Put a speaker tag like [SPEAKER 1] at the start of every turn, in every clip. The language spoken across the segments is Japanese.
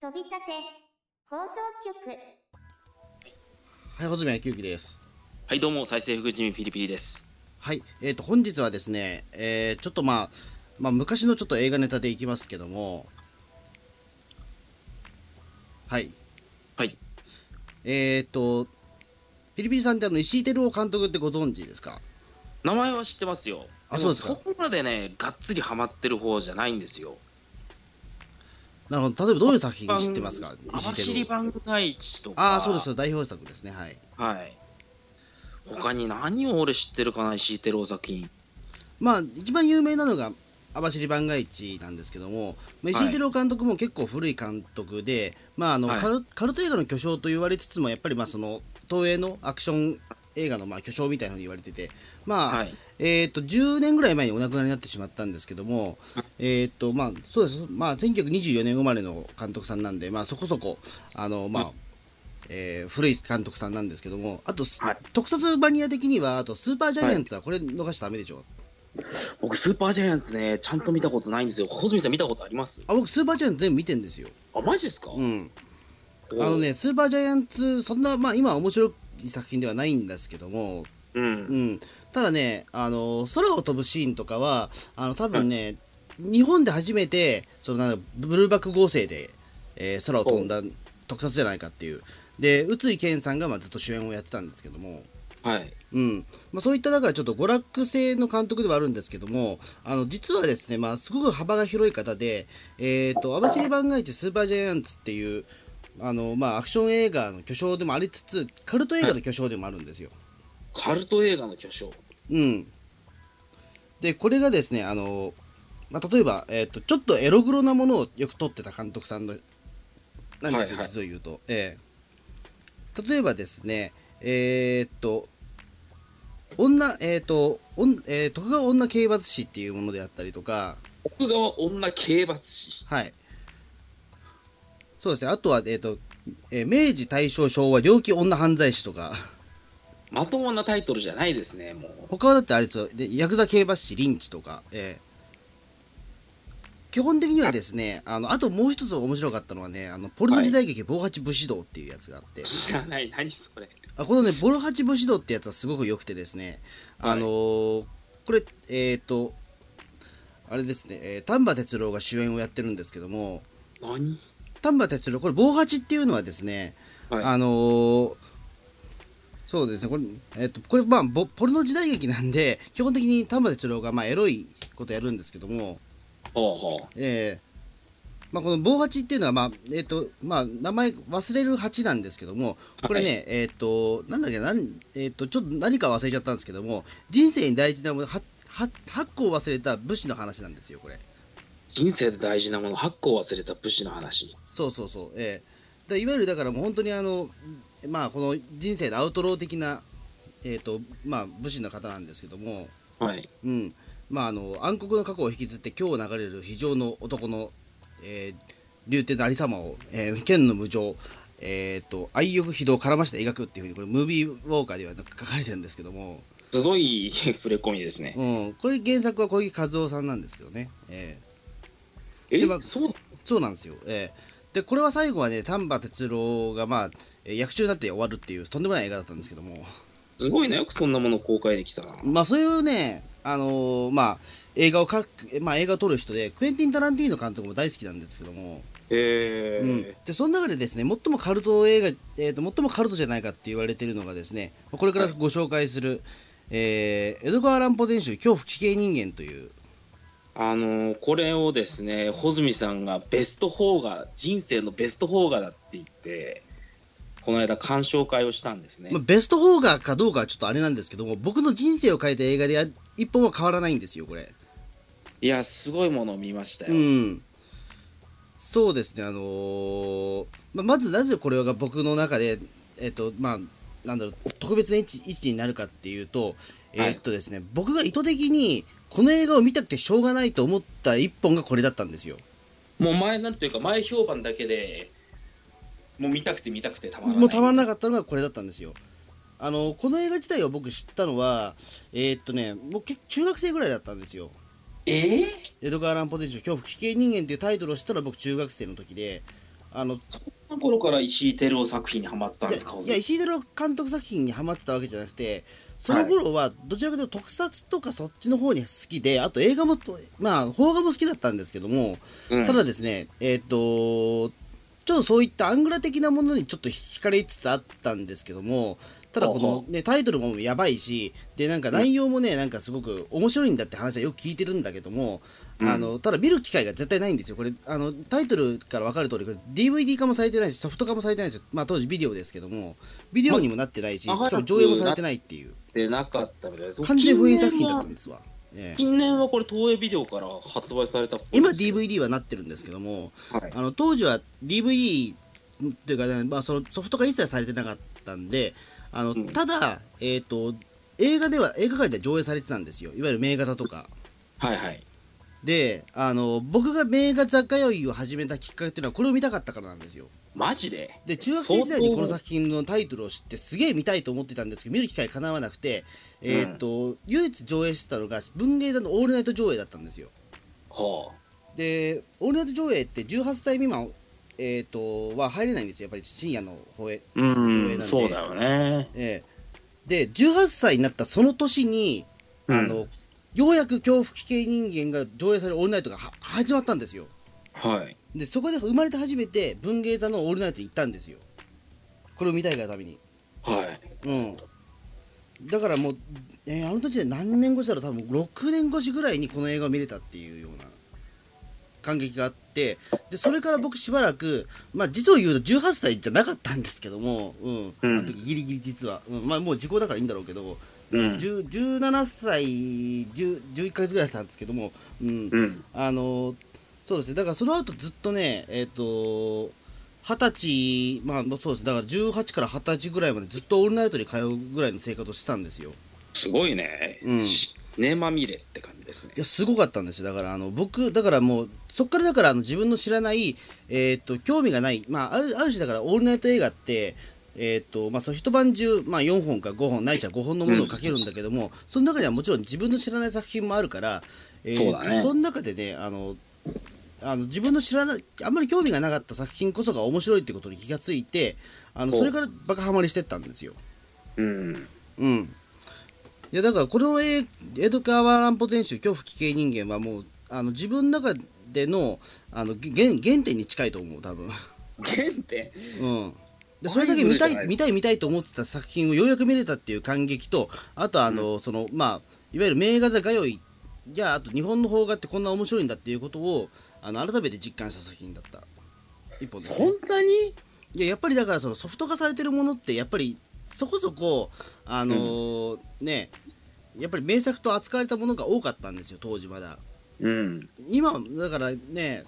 [SPEAKER 1] 飛び立て、放送局。
[SPEAKER 2] はい、ほずみやきゆきです。
[SPEAKER 3] はい、どうも、再生福神フィリピリです。
[SPEAKER 2] はい、えっ、と、本日はですね、えー、ちょっとまあ、まあ、昔のちょっと映画ネタでいきますけども、はい、
[SPEAKER 3] はい。
[SPEAKER 2] えっ、と、ピリピリさんってあの、石井照夫監督ってご存知ですか
[SPEAKER 3] 名前は知ってますよ。
[SPEAKER 2] あそうですか
[SPEAKER 3] もそこまでね、がっつりハマってる方じゃないんですよ。
[SPEAKER 2] なるほど、例えばどういう作品知ってますか
[SPEAKER 3] 網走
[SPEAKER 2] 夫。
[SPEAKER 3] 番外地とか。
[SPEAKER 2] ああ、そうです、そうです代表作ですね、はい。
[SPEAKER 3] はい。他に何を俺知ってるかな、石井テロ作品。
[SPEAKER 2] まあ、一番有名なのが網走番外地なんですけども、まあ、石井照夫監督も結構古い監督で、まああの
[SPEAKER 3] はい
[SPEAKER 2] カルカルト映画の巨匠と言われつつもやっぱりまあその東映のアクション映画のまあ巨匠みたいなふうに言われてて、まあ
[SPEAKER 3] はい
[SPEAKER 2] えー、と10年ぐらい前にお亡くなりになってしまったんですけども、えーとまあ、そうです、まあ、1924年生まれの監督さんなんで、まあ、そこそこあの、まあえー古い監督さんなんですけどもあと、す
[SPEAKER 3] はい
[SPEAKER 2] 特撮マニア的にはあとスーパージャイアンツはこれ逃したらダメでしょう、
[SPEAKER 3] 僕、スーパージャイアンツね、ちゃんと見たことないんですよ。穂積さん見たことあります
[SPEAKER 2] あ僕スーパージャイアンツ全部見てんですよ。
[SPEAKER 3] あ、マジですか、
[SPEAKER 2] うん。
[SPEAKER 3] お
[SPEAKER 2] あの。ねスーパージャイアンツそんなまあ今は面白い作品ではないんですけども、
[SPEAKER 3] う。
[SPEAKER 2] うんん。ただねあの空を飛ぶシーンとかはあの多分ね、日本で初めてそのなんかブルーバック合成で、えー空を飛んだ特撮じゃないかっていう。で宇井健さんがまあずっと主演をやってたんですけども。
[SPEAKER 3] はい。
[SPEAKER 2] うんまあ、そういっただからちょっと娯楽性の監督ではあるんですけどもあの実はですね、まあ、すごく幅が広い方で「えー、と網走番外地スーパージャイアンツ」っていうあの、まあ、アクション映画の巨匠でもありつつカルト映画の巨匠でもあるんですよ。
[SPEAKER 3] カルト映画の巨匠。
[SPEAKER 2] うん、でこれがですねあの、まあ、例えば、えー、とちょっとエログロなものをよく撮ってた監督さんのなんですよ、
[SPEAKER 3] はいはい
[SPEAKER 2] 実を言うと。ええ例えばですねえーっと女えーっと、おんえー徳川女刑罰師っていうものであったりとか
[SPEAKER 3] 奥川女刑罰師。
[SPEAKER 2] はいそうですねあとは、えーっとえー明治大正昭和猟奇女犯罪師とか
[SPEAKER 3] まともなタイトルじゃないですね、もう。
[SPEAKER 2] 他はだってあれですよでヤクザ刑罰師リンチとか、えー基本的にはですねあのあともう一つ面白かったのはねあのポルノ時代劇暴八武士道っていうやつがあって、
[SPEAKER 3] 知らない。何それ。
[SPEAKER 2] あこのね、ボルハチ武士道ってやつはすごく良くてですね、あのーこれ、えっ、と、あれですね、えー丹波哲郎が主演をやってるんですけども、
[SPEAKER 3] 何
[SPEAKER 2] 丹波哲郎、これ、棒八っていうのはですね、
[SPEAKER 3] はい
[SPEAKER 2] あのーそうですね、これ、えっとこれまあ、ぼポルノ時代劇なんで、基本的に丹波哲郎が、まあ、エロいことやるんですけども、
[SPEAKER 3] ほうほう。
[SPEAKER 2] えーまあ、この棒八っていうのは、まあえーとまあ、名前忘れる八なんですけどもこれね、
[SPEAKER 3] は
[SPEAKER 2] えっ、となんだっけなん、えー、とちょっと何か忘れちゃったんですけども人生に大事なもの 8, 個を忘れた武士の話なんですよこれ
[SPEAKER 3] 人生で大事なもの8個忘れた武士の話
[SPEAKER 2] そうそうそうえーでいわゆるだからもう本当にあのまあこの人生のアウトロー的なえっ、とまあ武士の方なんですけども
[SPEAKER 3] はい
[SPEAKER 2] うんまああの暗黒の過去を引きずって今日流れる非常の男の、えー、竜亭のありさまを、えー剣の無常、えー、と愛欲非道を絡まして描くっていうふうにこれムービーウォーカーではなんか書かれてるんですけども、
[SPEAKER 3] すごい 触れ込みですね
[SPEAKER 2] うん、これ原作は小池和夫さんなんですけどね、え
[SPEAKER 3] え
[SPEAKER 2] では
[SPEAKER 3] そう
[SPEAKER 2] ーそうなんですよ、えーでこれは最後はね丹波哲郎が、まあ、えー役中になって終わるっていうとんでもない映画だったんですけども
[SPEAKER 3] すごいなよくそんなもの公開できたな
[SPEAKER 2] まあそういうね、あのーまあ映画をかまあ映画を撮る人でクエンティン・タランティーノ監督も大好きなんですけども、
[SPEAKER 3] え
[SPEAKER 2] うん
[SPEAKER 3] ー、
[SPEAKER 2] でその中でですね最もカルト映画、えー、と最もカルトじゃないかって言われているのがですねこれからご紹介する、えー、江戸川乱歩全集恐怖危険人間という
[SPEAKER 3] あのーこれをですね穂積さんがベスト4が人生のベスト4がだって言ってこの間鑑賞会をしたんですね、
[SPEAKER 2] まあ、ベストフォーガーかどうかはちょっとあれなんですけども僕の人生を変えた映画でや一本は変わらないんですよこれ
[SPEAKER 3] いやすごいものを見ましたよ、
[SPEAKER 2] うんそうですねあのーまあまずなぜこれが僕の中でえっ、とまあなんだろう特別な位置位置になるかっていうとえ
[SPEAKER 3] はい
[SPEAKER 2] ーっとですね、僕が意図的にこの映画を見たくてしょうがないと思った一本がこれだったんですよ
[SPEAKER 3] もう前なんていうか前評判だけでもう見たくて見たくてたまらない
[SPEAKER 2] もうたまんなかったのがこれだったんですよあのこの映画自体を僕知ったのはえーっとねもう結中学生ぐらいだったんですよ
[SPEAKER 3] えー、
[SPEAKER 2] 江戸川乱歩伝承恐怖危険人間っていうタイトルを知ったのは僕中学生の時であの
[SPEAKER 3] その頃から石井照夫作品にハマってたん
[SPEAKER 2] いや
[SPEAKER 3] ですか、
[SPEAKER 2] いや石井寺監督作品にハマってたわけじゃなくてその頃はどちらかというと特撮とかそっちの方に好きであと映画もまあ邦画も好きだったんですけども、
[SPEAKER 3] うん
[SPEAKER 2] ただですねえっ、とちょっとそういったアングラ的なものにちょっと惹かれつつあったんですけどもただこ
[SPEAKER 3] ほう
[SPEAKER 2] の
[SPEAKER 3] ほ、
[SPEAKER 2] ね、タイトルもやばいしでなんか内容もね、なんかすごく面白いんだって話はよく聞いてるんだけども、あのただ見る機会が絶対ないんですよこれあのタイトルから分かる通りこれ DVD 化もされてないしソフト化もされてないんですよ、まあ、当時ビデオですけどもビデオにもなってないしし
[SPEAKER 3] まあ
[SPEAKER 2] かも上映もされてないっていう
[SPEAKER 3] でなかったみたいです
[SPEAKER 2] 完全封印作
[SPEAKER 3] 近
[SPEAKER 2] 品
[SPEAKER 3] 年
[SPEAKER 2] だ
[SPEAKER 3] は
[SPEAKER 2] ったんですわ、ええ
[SPEAKER 3] 近年はこれ東映ビデオから発売されたっぽい
[SPEAKER 2] 今
[SPEAKER 3] ですけど
[SPEAKER 2] DVD はなってるんですけども、
[SPEAKER 3] はい
[SPEAKER 2] あの当時は DVD っていうか、ねまあ、そのソフト化一切されてなかったんであの、ただ、えー、と映画では映画館では上映されてたんですよいわゆる名画座とか
[SPEAKER 3] はいはい
[SPEAKER 2] であの僕が名画座通いを始めたきっかけっていうのはこれを見たかったからなんですよ
[SPEAKER 3] マジで
[SPEAKER 2] で中学生時代にこの作品のタイトルを知ってすげえ見たいと思ってたんですけど見る機会かなわなくて、えーっと唯一上映してたのが文芸座のオールナイト上映だったんですよ
[SPEAKER 3] は
[SPEAKER 2] でオールナイト上映って18歳未満、えーっとは入れないんですよやっぱり深夜の放映、
[SPEAKER 3] あ
[SPEAKER 2] 上映な
[SPEAKER 3] うんん
[SPEAKER 2] で
[SPEAKER 3] そうだよね
[SPEAKER 2] えーで18歳になったその年にあの、
[SPEAKER 3] う
[SPEAKER 2] ようやく恐怖危険人間が上映されるオールナイトがは始まったんですよ
[SPEAKER 3] はい
[SPEAKER 2] でそこで生まれて初めて文芸座のオールナイトに行ったんですよこれを見たいがために
[SPEAKER 3] はい
[SPEAKER 2] うん、だからもう、えーあの時で何年越しだろう多分6年越しぐらいにこの映画を見れたっていうような感激があってでそれから僕しばらく、まあ、実を言うと18歳じゃなかったんですけども、うん
[SPEAKER 3] うん
[SPEAKER 2] あの時ギリギリ実は、うんまあ、もう時効だからいいんだろうけど、
[SPEAKER 3] うん
[SPEAKER 2] 10 17歳10 11ヶ月ぐらいだったんですけども、うん
[SPEAKER 3] うん
[SPEAKER 2] あのそうですねだからその後ずっとねえっ、と二十歳まあそうですだから18から二十歳ぐらいまでずっとオールナイトに通うぐらいの生活をしてたんですよ
[SPEAKER 3] すごいね
[SPEAKER 2] うん
[SPEAKER 3] ねまみれって感じですね
[SPEAKER 2] いやすごかったんですよだからあの僕だからもうそっからだからあの自分の知らないえっ、と興味がないまああるある種だからオールナイト映画ってえっとまあ、そう一晩中、まあ、4本か5本ないしは5本のものをかけるんだけども、その中にはもちろん自分の知らない作品もあるから、えー
[SPEAKER 3] そうだね
[SPEAKER 2] その中でねあのあの自分の知らないあんまり興味がなかった作品こそが面白いってことに気がついてあの
[SPEAKER 3] ほう
[SPEAKER 2] それからバカハマりしてったんですよ。
[SPEAKER 3] うん
[SPEAKER 2] うん、いやだからこの絵江戸川乱歩全集恐怖危険人間はもうあの自分の中でのあのげ原原点に近いと思う多分、
[SPEAKER 3] 原点
[SPEAKER 2] うん、でそれだけ見た
[SPEAKER 3] アイドルじゃないい
[SPEAKER 2] 見たい見たいと思ってた作品をようやく見れたっていう感激とあとあの、そのまあいわゆる名画座通いやあと日本の邦画ってこんな面白いんだっていうことをあの改めて実感した作品だった一本です
[SPEAKER 3] そ
[SPEAKER 2] ね
[SPEAKER 3] んなに
[SPEAKER 2] いややっぱりだからそのソフト化されてるものってやっぱりそこそこあのーねやっぱり名作と扱われたものが多かったんですよ当時まだ
[SPEAKER 3] うん
[SPEAKER 2] 今はだからね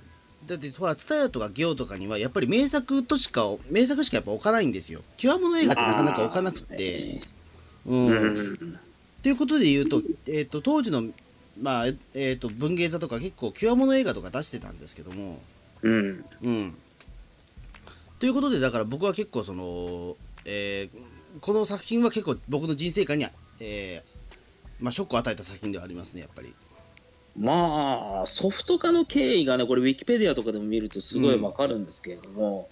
[SPEAKER 2] だってほら蔦屋とかゲオとかにはやっぱり名作としか名作しかやっぱ置かないんですよ極物映画ってなかなか置かなくて、うん
[SPEAKER 3] うん
[SPEAKER 2] ということで言うと,、えー、と当時のまあえー、と文芸座とか結構極物映画とか出してたんですけども、
[SPEAKER 3] うん
[SPEAKER 2] うん。ということでだから僕は結構その、えーこの作品は結構僕の人生観には、えーまあ、ショックを与えた作品ではありますねやっぱり。
[SPEAKER 3] まあソフト化の経緯がねこれウィキペディアとかでも見るとすごいわかるんですけれども、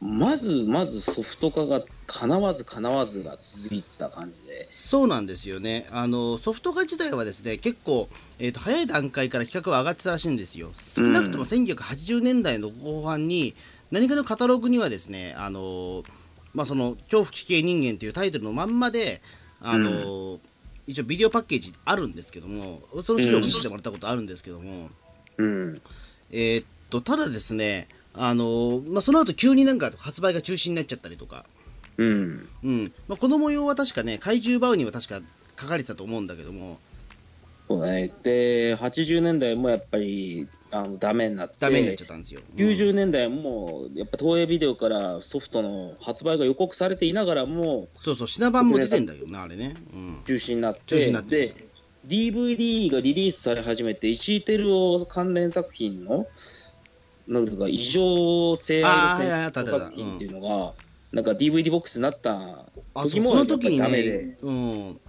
[SPEAKER 3] まずまずソフト化がかなわずかなわずが続いてた感じで
[SPEAKER 2] そうなんですよねあのソフト化自体はですね結構、えーと早い段階から企画は上がってたらしいんですよ少なくとも1980年代の後半に何かのカタログにはですねあの、まあ、その恐怖危険人間というタイトルのまんまであの、一応ビデオパッケージあるんですけどもその資料も見せてもらったことあるんですけども、
[SPEAKER 3] うん
[SPEAKER 2] えーっとただですねあの、まあ、その後急になんか発売が中止になっちゃったりとか、
[SPEAKER 3] うん
[SPEAKER 2] うんまあ、この模様は確かね怪獣バウには確か書かれてたと思うんだけども
[SPEAKER 3] そうだねで80年代もやっぱりあのダメになって
[SPEAKER 2] ダメになっちゃったんですよ、うん
[SPEAKER 3] 90年代もやっぱ東映ビデオからソフトの発売が予告されていながらも
[SPEAKER 2] そうそう品版も出てんだけどなあれね、うん、
[SPEAKER 3] 中止になっ
[SPEAKER 2] 中止
[SPEAKER 3] て
[SPEAKER 2] になって
[SPEAKER 3] で DVD がリリースされ始めて石井照夫関連作品のなんか異常性
[SPEAKER 2] あーはいはいあ
[SPEAKER 3] 愛
[SPEAKER 2] っ
[SPEAKER 3] の
[SPEAKER 2] たあった
[SPEAKER 3] 作品っていうのがなんか DVD ボックスになった
[SPEAKER 2] あ
[SPEAKER 3] 時
[SPEAKER 2] そう
[SPEAKER 3] も
[SPEAKER 2] この
[SPEAKER 3] やっぱ
[SPEAKER 2] 時
[SPEAKER 3] り
[SPEAKER 2] に
[SPEAKER 3] ダメで
[SPEAKER 2] ね、うん、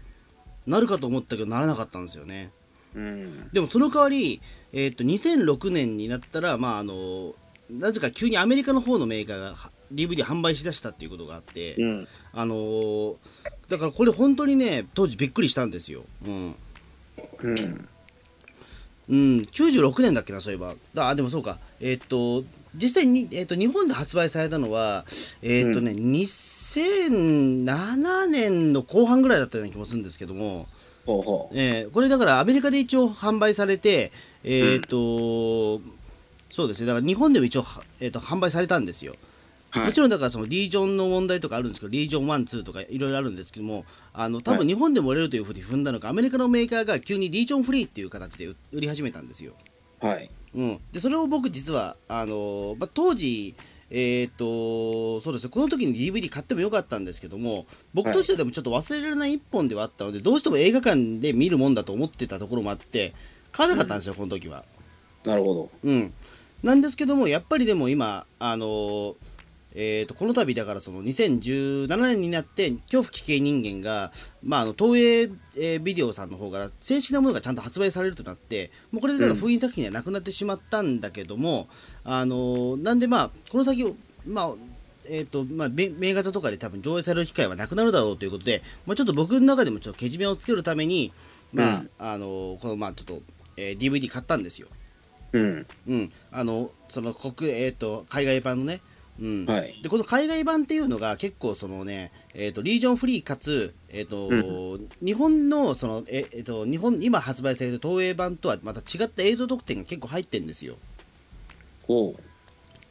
[SPEAKER 2] なるかと思ったけどならなかったんですよね
[SPEAKER 3] うん
[SPEAKER 2] でもその代わり、えーっと2006年になったらまああのなぜか急にアメリカの方のメーカーがは DVD 販売しだしたっていうことがあって、
[SPEAKER 3] うん。
[SPEAKER 2] あのーだからこれ本当にね当時びっくりしたんですよ、うん
[SPEAKER 3] うん。
[SPEAKER 2] うん、96年だっけなそういえばだあでもそうかえっと実際に、えっと日本で発売されたのはえっとね、2007年の後半ぐらいだったような気もするんですけども、
[SPEAKER 3] ほうほう。
[SPEAKER 2] えーこれだからアメリカで一応販売されて、えーとそうですねだから日本でも一応は、えー、と販売されたんですよ。
[SPEAKER 3] はい
[SPEAKER 2] もちろんだからそのリージョンの問題とかあるんですけどリージョン1、2とかいろいろあるんですけどもあの多
[SPEAKER 3] は
[SPEAKER 2] 分
[SPEAKER 3] い
[SPEAKER 2] 日本でも売れるというふうに踏んだのか、アメリカのメーカーが急にリージョンフリーっていう形で売売り始めたんですよ。
[SPEAKER 3] はい。
[SPEAKER 2] うん、でそれを僕実はあの、まあ、当時えー、とそうですねこの時に DVD 買ってもよかったんですけども僕としてはでもちょっと忘れられない一本ではあったので、どうしても映画館で見るもんだと思ってたところもあって買わなかったんですよ、この時は。
[SPEAKER 3] なるほ
[SPEAKER 2] うん、なんですけどもやっぱりでも今あのえー、とこの度だからその2017年になって恐怖危険人間が、まあ、あの東映、えービデオさんの方から正式なものがちゃんと発売されるとなってもうこれでだから封印作品にはなくなってしまったんだけども、あのなんでまあこの先、まあえーとまあ、め名画座とかで多分上映される機会はなくなるだろうということで、まあ、ちょっと僕の中でもちょっとけじめをつけるために、まあ
[SPEAKER 3] うん
[SPEAKER 2] あのこのまあちょっと、えー DVD 買ったんですよ。
[SPEAKER 3] ど。うん。
[SPEAKER 2] うん、あのその国、えー、と海外版のね、うん
[SPEAKER 3] はい
[SPEAKER 2] でこの海外版っていうのが結構そのね、えー、とリージョンフリーかつ、えーと日本のその、ええーと日本今発売されてる東映版とはまた違った映像特典が結構入ってるんですよ。
[SPEAKER 3] おう。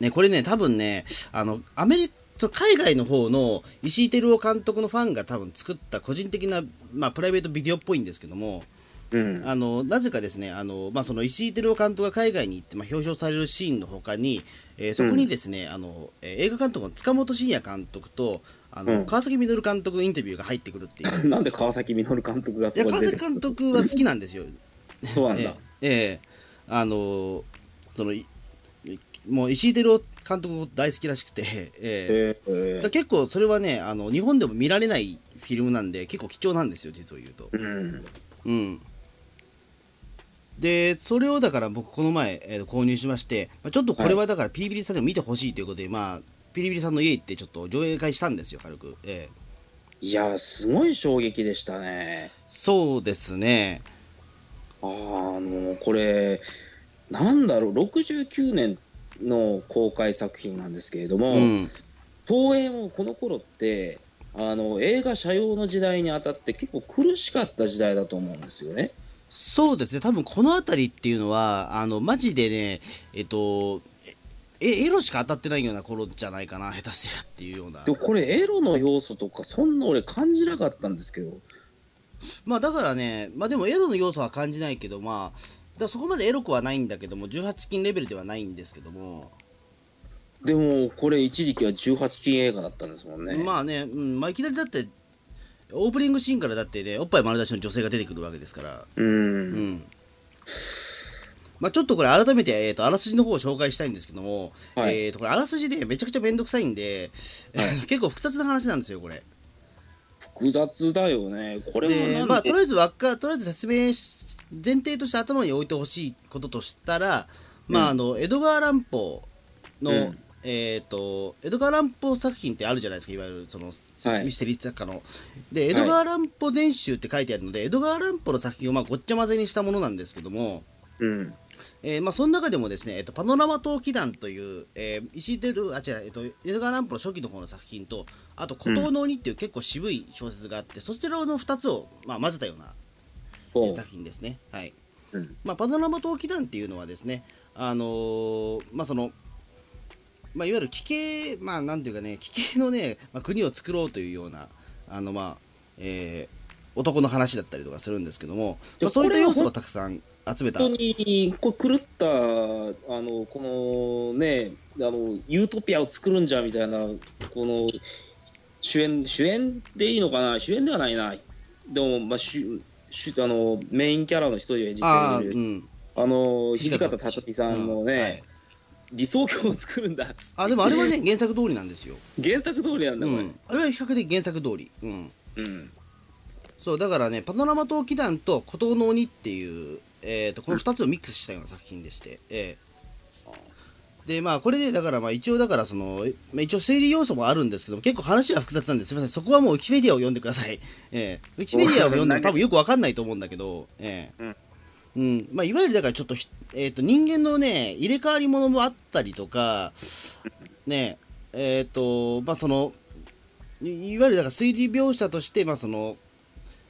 [SPEAKER 2] ね、これね多分ねあのアメリカ海外の方の石井照夫監督のファンが多分作った個人的な、まあ、プライベートビデオっぽいんですけども、
[SPEAKER 3] うん。
[SPEAKER 2] あのなぜかですねあの、まあ、その石井照夫監督が海外に行って、まあ、表彰されるシーンのほかに、えーそこにですね、あのえー映画監督の塚本慎也監督とあの、
[SPEAKER 3] うん
[SPEAKER 2] 川崎稔監督のインタビューが入ってくるっていう
[SPEAKER 3] なんで川崎稔監督が
[SPEAKER 2] い
[SPEAKER 3] そ
[SPEAKER 2] や
[SPEAKER 3] こ
[SPEAKER 2] 川
[SPEAKER 3] に出
[SPEAKER 2] 崎
[SPEAKER 3] て
[SPEAKER 2] 監督は好きなんですよ、
[SPEAKER 3] そうなん
[SPEAKER 2] え
[SPEAKER 3] だ。
[SPEAKER 2] えええあのそのいもう石井照夫監督も大好きらしくて、 ええ
[SPEAKER 3] ええ
[SPEAKER 2] だから結構それはねあの日本でも見られないフィルムなんで結構貴重なんですよ実を言うと。
[SPEAKER 3] うん。
[SPEAKER 2] うん、でそれをだから僕この前、えー購入しまして、まあ、ちょっとこれはだからピリピリさんでも見てほしいということで、まあピリピリさんの家行ってちょっと上映会したんですよ軽く、ええ
[SPEAKER 3] いやー、すごい衝撃でしたね。
[SPEAKER 2] そうですね
[SPEAKER 3] あーあのこれなんだろう69年の公開作品なんですけれども、
[SPEAKER 2] うん
[SPEAKER 3] 東映もこの頃ってあの映画社用の時代にあたって結構苦しかった時代だと思うんですよね。
[SPEAKER 2] そうですね多分この辺りっていうのはあのマジでねえっとえエロしか当たってないような頃じゃないかな下手すりゃっていうような
[SPEAKER 3] でこれエロの要素とかそんな俺感じなかったんですけど
[SPEAKER 2] まあだからね、まあでもエロの要素は感じないけど、まあ、だからそこまでエロくはないんだけども、18禁レベルではないんですけども、
[SPEAKER 3] でもこれ一時期は18禁映画だったんですもんね。
[SPEAKER 2] まあね、うん、まあいきなりだって、オープニングシーンからだってね、おっぱい丸出しの女性が出てくるわけですから、
[SPEAKER 3] う、
[SPEAKER 2] うんん。まあちょっとこれ改めて、えー、とあらすじの方を紹介したいんですけども、
[SPEAKER 3] はい
[SPEAKER 2] えーとこれあらすじでめちゃくちゃめんどくさいんで、 結構複雑な話なんですよ、これ。
[SPEAKER 3] 複雑だよねこれもなん
[SPEAKER 2] で
[SPEAKER 3] で、
[SPEAKER 2] まあとりあえず輪っかとりあえず説明し前提として頭に置いてほしいこととしたら、まああのエドガー・ランポーの、
[SPEAKER 3] うん
[SPEAKER 2] えっ、とエドガー・ランポー作品ってあるじゃないですかいわゆるその、
[SPEAKER 3] はい
[SPEAKER 2] ミステリー作家のでエドガー・ランポー全集って書いてあるので、エドガー・ランポーの作品をまあごっちゃ混ぜにしたものなんですけども
[SPEAKER 3] うん
[SPEAKER 2] えーまあ、その中でもですね、えっとパノラマ陶器団という、えー石井テルあ違う、えっと江戸川乱歩の初期の方の作品とあと「孤島の鬼」っていう結構渋い小説があって、そちらの2つを、まあ、混ぜたようなえ
[SPEAKER 3] ほ
[SPEAKER 2] ー作品ですね。はい
[SPEAKER 3] うんうん
[SPEAKER 2] まあ、パノラマ陶器団っていうのはですね、あのーまあそのまあ、いわゆる奇形、まあ、なんていうかね、奇形のね、まあ、国を作ろうというような、あのまあえー男の話だったりとかするんですけども、
[SPEAKER 3] で
[SPEAKER 2] まあ、そういった要素
[SPEAKER 3] これはほん
[SPEAKER 2] をたくさん集めた。
[SPEAKER 3] 本当にこう狂ったあのこのねあのユートピアを作るんじゃみたいなこの主演主演でいいのかな主演ではないなでも、まあ、主主あのメインキャラの一人を演じて
[SPEAKER 2] あー
[SPEAKER 3] いうる
[SPEAKER 2] ん
[SPEAKER 3] あの土方辰巳さんのね、
[SPEAKER 2] うんはい
[SPEAKER 3] 理想郷を作るんだっつって
[SPEAKER 2] あでもあれはね原作通りなんですよ、
[SPEAKER 3] 原作通りなんだ
[SPEAKER 2] う
[SPEAKER 3] こ
[SPEAKER 2] ん、あれは比較的原作通り、うん、
[SPEAKER 3] れ、うん
[SPEAKER 2] そうだからね「パノラマ陶器団」と「孤島の鬼」っていう、えー、とこの2つをミックスしたような作品でして、ええでまあこれでだからまあ一応だからそのえまあ一応推理要素もあるんですけど結構話は複雑なんですみませんそこはもうウィキペディアを読んでください、ええウィキペディアを読んでも多分よくわかんないと思うんだけど、ええうんまあ、いわゆるだからちょっとひ、えー、と人間のね入れ替わりものもあったりとかねえっ、とまあそのいいわゆるだから推理描写としてまあその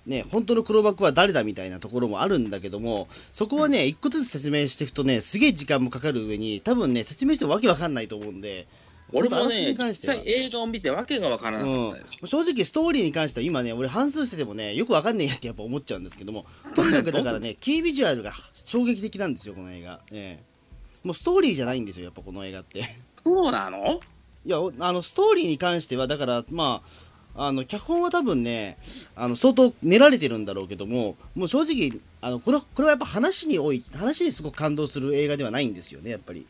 [SPEAKER 2] ね本当の黒幕は誰だみたいなところもあるんだけどもそこはね一個ずつ説明していくとねすげえ時間もかかる上に多分ね説明してもわけわかんないと思うんで
[SPEAKER 3] 俺も
[SPEAKER 2] 本当あらすじ
[SPEAKER 3] ね
[SPEAKER 2] に関
[SPEAKER 3] 実
[SPEAKER 2] しては
[SPEAKER 3] 際映画を見てわけがわからなかったです、
[SPEAKER 2] うん、正直ストーリーに関しては今ね俺半数しててもねよくわかんねえやってやっぱ思っちゃうんですけどもとにかくだからねキービジュアルが衝撃的なんですよこの映画、ええもうストーリーじゃないんですよやっぱこの映画って い
[SPEAKER 3] そうなの
[SPEAKER 2] やおあのストーリーに関してはだからまああの脚本は多分ねあの相当練られてるんだろうけどももう正直あのこのこれはやっぱ話におい話にすごく感動する映画ではないんですよねやっぱり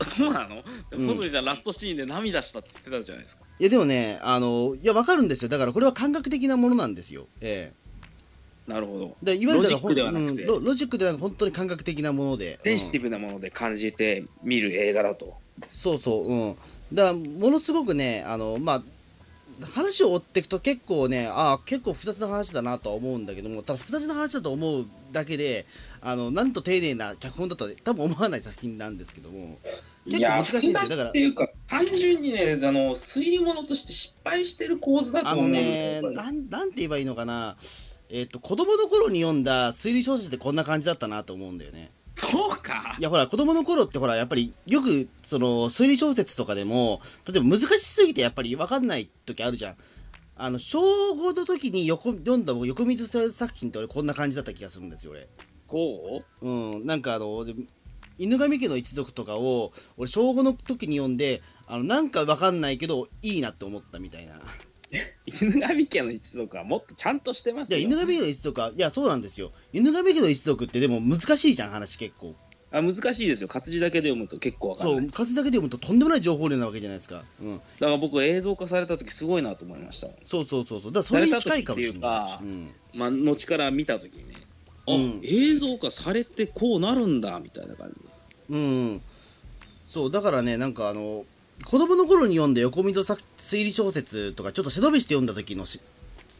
[SPEAKER 3] そうなの
[SPEAKER 2] うん
[SPEAKER 3] 小鳥さんラストシーンで涙したって言ってたじゃないですか
[SPEAKER 2] いやでもねあのいやわかるんですよだからこれは感覚的なものなんですよええ
[SPEAKER 3] なるほど
[SPEAKER 2] でいわゆるだ
[SPEAKER 3] ロジックでは
[SPEAKER 2] からほん
[SPEAKER 3] なくて
[SPEAKER 2] うんロロジックではなく本当に感覚的なもので、
[SPEAKER 3] センシテ
[SPEAKER 2] う
[SPEAKER 3] ィブなもので感じて見る映画だと
[SPEAKER 2] んそうそううんだからものすごくねあのまあ話を追っていくと結構ねああ結構複雑な話だなとは思うんだけどもただ複雑な話だと思うだけであのなんと丁寧な脚本だとは多分思わない作品なんですけども結構難しいんですよ
[SPEAKER 3] いや
[SPEAKER 2] だから
[SPEAKER 3] っていうか単純にねあの推理物として失敗してる構図だと
[SPEAKER 2] あ
[SPEAKER 3] 思
[SPEAKER 2] の
[SPEAKER 3] うんだ
[SPEAKER 2] ね
[SPEAKER 3] よやっぱり
[SPEAKER 2] なんなんて言えばいいのかなえっと子供の頃に読んだ推理小説ってこんな感じだったなと思うんだよね
[SPEAKER 3] そうか
[SPEAKER 2] いやほら子供の頃ってほらやっぱりよくその推理小説とかでも例えば難しすぎてやっぱり分かんない時あるじゃんあの小5の時に横読んだ僕横水作品って俺こんな感じだった気がするんですよ俺
[SPEAKER 3] こう
[SPEAKER 2] うんなんかあので犬神家の一族とかを俺小5の時に読んであのなんか分かんないけどいいなって思ったみたい な
[SPEAKER 3] 犬神家の一族はもっとちゃんとしてま
[SPEAKER 2] い
[SPEAKER 3] す
[SPEAKER 2] や
[SPEAKER 3] よ
[SPEAKER 2] 犬神家の一族はいやそうなんですよ犬神家の一族ってでも難しいじゃん話結構
[SPEAKER 3] あ難しいですよ活字だけで読むと結構わかん
[SPEAKER 2] そ
[SPEAKER 3] ないう
[SPEAKER 2] 数だけで読むととんでもない情報量なわけじゃないですかうん
[SPEAKER 3] だから僕映像化された時すごいなと思いましたもん
[SPEAKER 2] そうそうそうそう。だからそれに近いかもしれない。
[SPEAKER 3] 慣れた時って
[SPEAKER 2] う
[SPEAKER 3] い
[SPEAKER 2] ん
[SPEAKER 3] まあ後から見た時にねあ、
[SPEAKER 2] うん
[SPEAKER 3] 映像化されてこうなるんだみたいな感じ
[SPEAKER 2] うん。そうだからねなんかあの子供の頃に読んで横溝作推理小説とかちょっと背伸びして読んだ時のし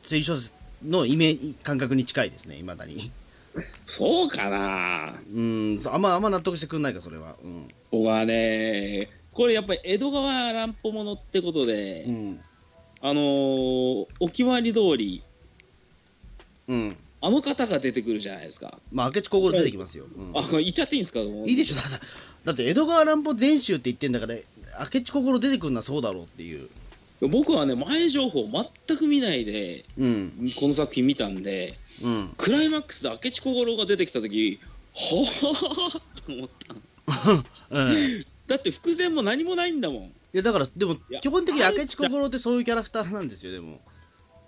[SPEAKER 2] 推理小説のイメージ感覚に近いですね未だに。
[SPEAKER 3] そうかな
[SPEAKER 2] うん。そうあんまあんま納得してくんないかそれは。うん。
[SPEAKER 3] 僕はねこれやっぱり江戸川乱歩ものってことで、
[SPEAKER 2] うん。
[SPEAKER 3] あのーお決まり通り
[SPEAKER 2] うん。
[SPEAKER 3] あの方が出てくるじゃないですか、
[SPEAKER 2] まあ明智小五郎出てきますよ。うん
[SPEAKER 3] あこれ言っちゃっていいんですかもう
[SPEAKER 2] いいでしょだってだって江戸川乱歩全集って言ってんだから明智小五郎出てくるのはそうだろうっていう。
[SPEAKER 3] 僕はね前情報全く見ないで
[SPEAKER 2] うん。
[SPEAKER 3] この作品見たんで
[SPEAKER 2] うん。
[SPEAKER 3] クライマックスで明智小五郎が出てきた時はあと思った
[SPEAKER 2] うん。
[SPEAKER 3] だって伏線も何もないんだもん
[SPEAKER 2] いやだからでも
[SPEAKER 3] いや
[SPEAKER 2] 基本的に
[SPEAKER 3] あれ
[SPEAKER 2] 明智小五郎ってそういうキャラクターなんですよでも、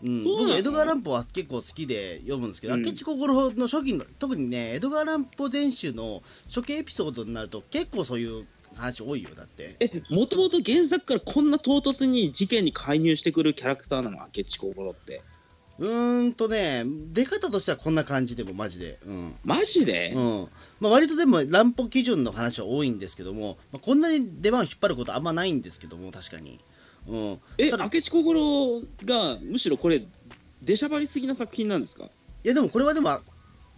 [SPEAKER 2] うん、
[SPEAKER 3] そうなの
[SPEAKER 2] 僕江戸川乱歩は結構好きで読むんですけど、
[SPEAKER 3] うん
[SPEAKER 2] 明智小五郎の初期の特にね江戸川乱歩全集の初期エピソードになると結構そういう話多いよだって
[SPEAKER 3] えもともと原作からこんな唐突に事件に介入してくるキャラクターなの明智小五郎って
[SPEAKER 2] うーんとね出方としてはこんな感じでもマジでうん、
[SPEAKER 3] マジで、
[SPEAKER 2] うんまあ、割とでも乱歩基準の話は多いんですけども、まあ、こんなに出番を引っ張ることあんまないんですけども確かにうん
[SPEAKER 3] え
[SPEAKER 2] ただ
[SPEAKER 3] 明智小五郎がむしろこれ出しゃばりすぎな作品なんですか
[SPEAKER 2] いやでもこれはでも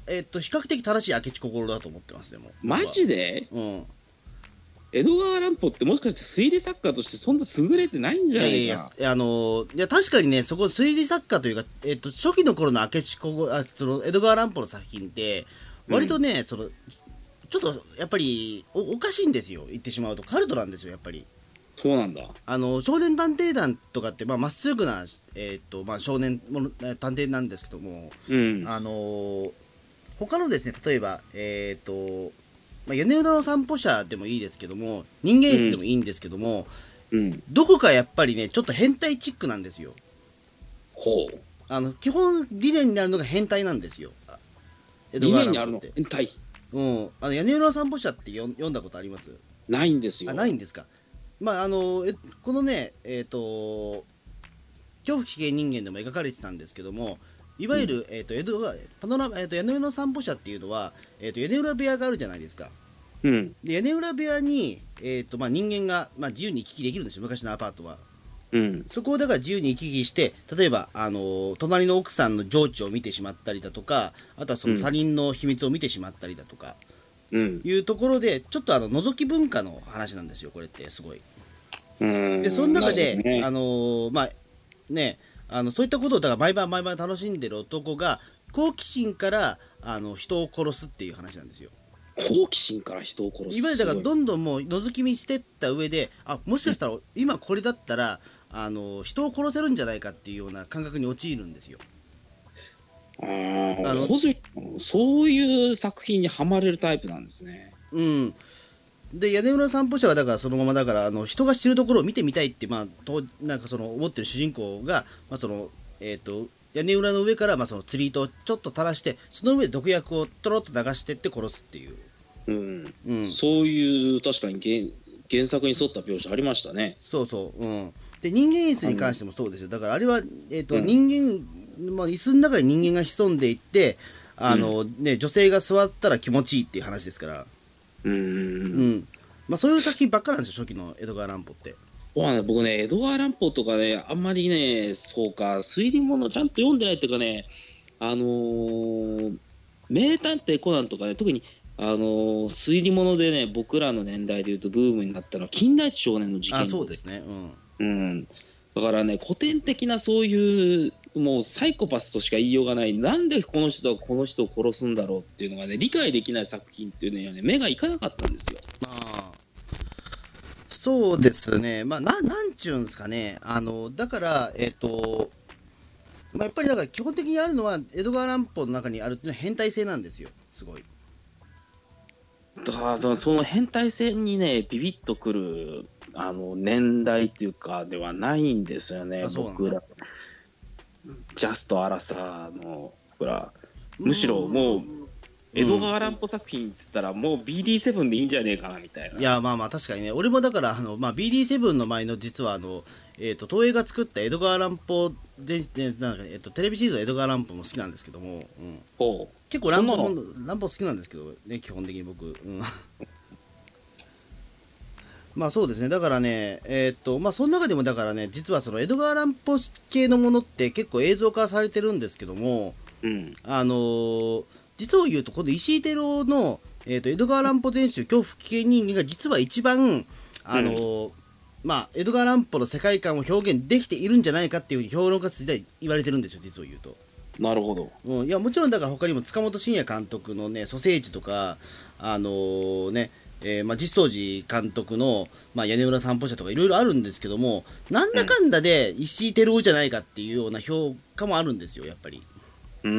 [SPEAKER 2] えっと比較的正しい明智小五郎だと思ってますでも
[SPEAKER 3] マジで
[SPEAKER 2] うん
[SPEAKER 3] 江戸川乱歩ってもしかして推理作家としてそんな優れてないんじ
[SPEAKER 2] い
[SPEAKER 3] ゃ
[SPEAKER 2] や
[SPEAKER 3] ないか
[SPEAKER 2] いやいやあのいや確かにねそこ推理作家というか、えっと初期の頃の明智小五あその江戸川乱歩の作品って割とね、そのちょっとやっぱりおおかしいんですよ言ってしまうとカルトなんですよやっぱり
[SPEAKER 3] そうなんだ
[SPEAKER 2] あの少年探偵団とかってまあまっすぐな、えっとまあ、少年ものえ探偵なんですけども、
[SPEAKER 3] うん
[SPEAKER 2] あのー他のですね例えばえっ、と、まあ、米浦の散歩者でもいいですけども人間室でもいいんですけども、
[SPEAKER 3] うん
[SPEAKER 2] どこかやっぱりねちょっと変態チックなんですよ
[SPEAKER 3] ほう
[SPEAKER 2] あの基本理念になるのが変態なんですよあ江戸
[SPEAKER 3] 理
[SPEAKER 2] 川
[SPEAKER 3] 念にある
[SPEAKER 2] 乱歩って
[SPEAKER 3] の変態
[SPEAKER 2] うんあの屋根裏の散歩者ってよん読んだことあります
[SPEAKER 3] ないんですよ
[SPEAKER 2] あないんですかまああのえこのねえっ、と恐怖危険人間でも描かれてたんですけどもいわゆる、えっと江戸川パノラマ、えっと屋根裏の散歩者っていうのは、えっと屋根裏部屋があるじゃないですか
[SPEAKER 3] うん
[SPEAKER 2] で屋根裏部屋に、えーとまあ、人間が、まあ、自由に行き来できるんですよ昔のアパートは
[SPEAKER 3] うん
[SPEAKER 2] そこをだから自由に行き来して例えば、あのー隣の奥さんの情緒を見てしまったりだとかあとはその他人の秘密を見てしまったりだとか、
[SPEAKER 3] うん
[SPEAKER 2] いうところでちょっとあの覗き文化の話なんですよこれってすごい。
[SPEAKER 3] うん
[SPEAKER 2] でその中
[SPEAKER 3] なるほど
[SPEAKER 2] で、
[SPEAKER 3] ね
[SPEAKER 2] あのーまあねあのそういったことをだから毎晩毎晩楽しんでる男が好奇心からあの人を殺すっていう話なんですよ。
[SPEAKER 3] 好奇心から人を殺す
[SPEAKER 2] いわゆるだから
[SPEAKER 3] すごい
[SPEAKER 2] どんどんもう覗き見してった上であもしかしたら今これだったらあの人を殺せるんじゃないかっていうような感覚に陥るんですよ。
[SPEAKER 3] あー
[SPEAKER 2] あの
[SPEAKER 3] ほずそういう作品にはまれるタイプなんですね
[SPEAKER 2] うん、で屋根裏散歩者はだからそのままだからあの人が知るところを見てみたいって、まあ、となんかその思ってる主人公が、まあそのえー、と屋根裏の上から、まあ、その釣り糸をちょっと垂らしてその上で毒薬をとろっと流してって殺すっていう、
[SPEAKER 3] うん、
[SPEAKER 2] うん、
[SPEAKER 3] そういう確かに原原作に沿った描写ありましたね
[SPEAKER 2] そうそう、うん、で人間椅子に関してもそうですよだからあれは、えーと人間、まあ、椅子の中に人間が潜んでいってあの、ね、女性が座ったら気持ちいいっていう話ですから、
[SPEAKER 3] うん
[SPEAKER 2] うんまあ、そういう作品ばっかなんですよ初期の江戸川乱歩って。
[SPEAKER 3] そうなんだ僕ね、エドワー・ランポーとかね、あんまりね、そうか、推理物ちゃんと読んでないっていうかね、あのー名探偵コナンとかね、特に、あのー推理物でね、僕らの年代でいうとブームになったのは、金田一少年の事件
[SPEAKER 2] あそうですね、うん、
[SPEAKER 3] うん、だからね、古典的なそういう、もうサイコパスとしか言いようがない、なんでこの人はこの人を殺すんだろうっていうのがね、理解できない作品っていうのにはね、目がいかなかったんですよ。
[SPEAKER 2] まあ、そうですね、まあ、ななんちゅうんですかね、あのだから、えっ、と、まあ、やっぱりだから基本的にあるのは、江戸川乱歩の中にあるっていうのは変態性なんですよ、すごい。
[SPEAKER 3] だからそのその変態性にねビビッとくるあの年代っていうかではないんですよね
[SPEAKER 2] あそうなんだ
[SPEAKER 3] 僕らジャスト・アラサーの僕らむしろもう江戸川乱歩作品っつったらもう BD7 でいいんじゃねえかなみたいない
[SPEAKER 2] や、まあまあ、確かにね、俺もだから、あのまあ、BD7 の前の実はあの、えっと東映が作った江戸川乱歩全、全なんかえっとテレビシリーズの江戸川乱歩も好きなんですけども、うん、
[SPEAKER 3] ほう
[SPEAKER 2] 結構乱歩
[SPEAKER 3] そん
[SPEAKER 2] も
[SPEAKER 3] な
[SPEAKER 2] 乱歩好きなんですけどね基本的に僕、うん、 まあそうですねだからねえーっとまあその中でもだからね実はその江戸川乱歩系のものって結構映像化されてるんですけども
[SPEAKER 3] うん
[SPEAKER 2] あのー実を言うとこの石井照夫の、えーっと江戸川乱歩全集恐怖危険人間が実は一番あのーまあ、江戸川乱歩の世界観を表現できているんじゃないかっていうふうに評論家として言われてるんですよ実を言うと。
[SPEAKER 3] なるほど
[SPEAKER 2] うん、いやもちろんだから他にも塚本慎也監督のね「ソセージ」とかあのーね、えーまあ、実相寺監督の「まあ、屋根裏散歩者」とかいろいろあるんですけどもなんだかんだで石井照夫じゃないかっていうような評価もあるんですよやっぱり。
[SPEAKER 3] うー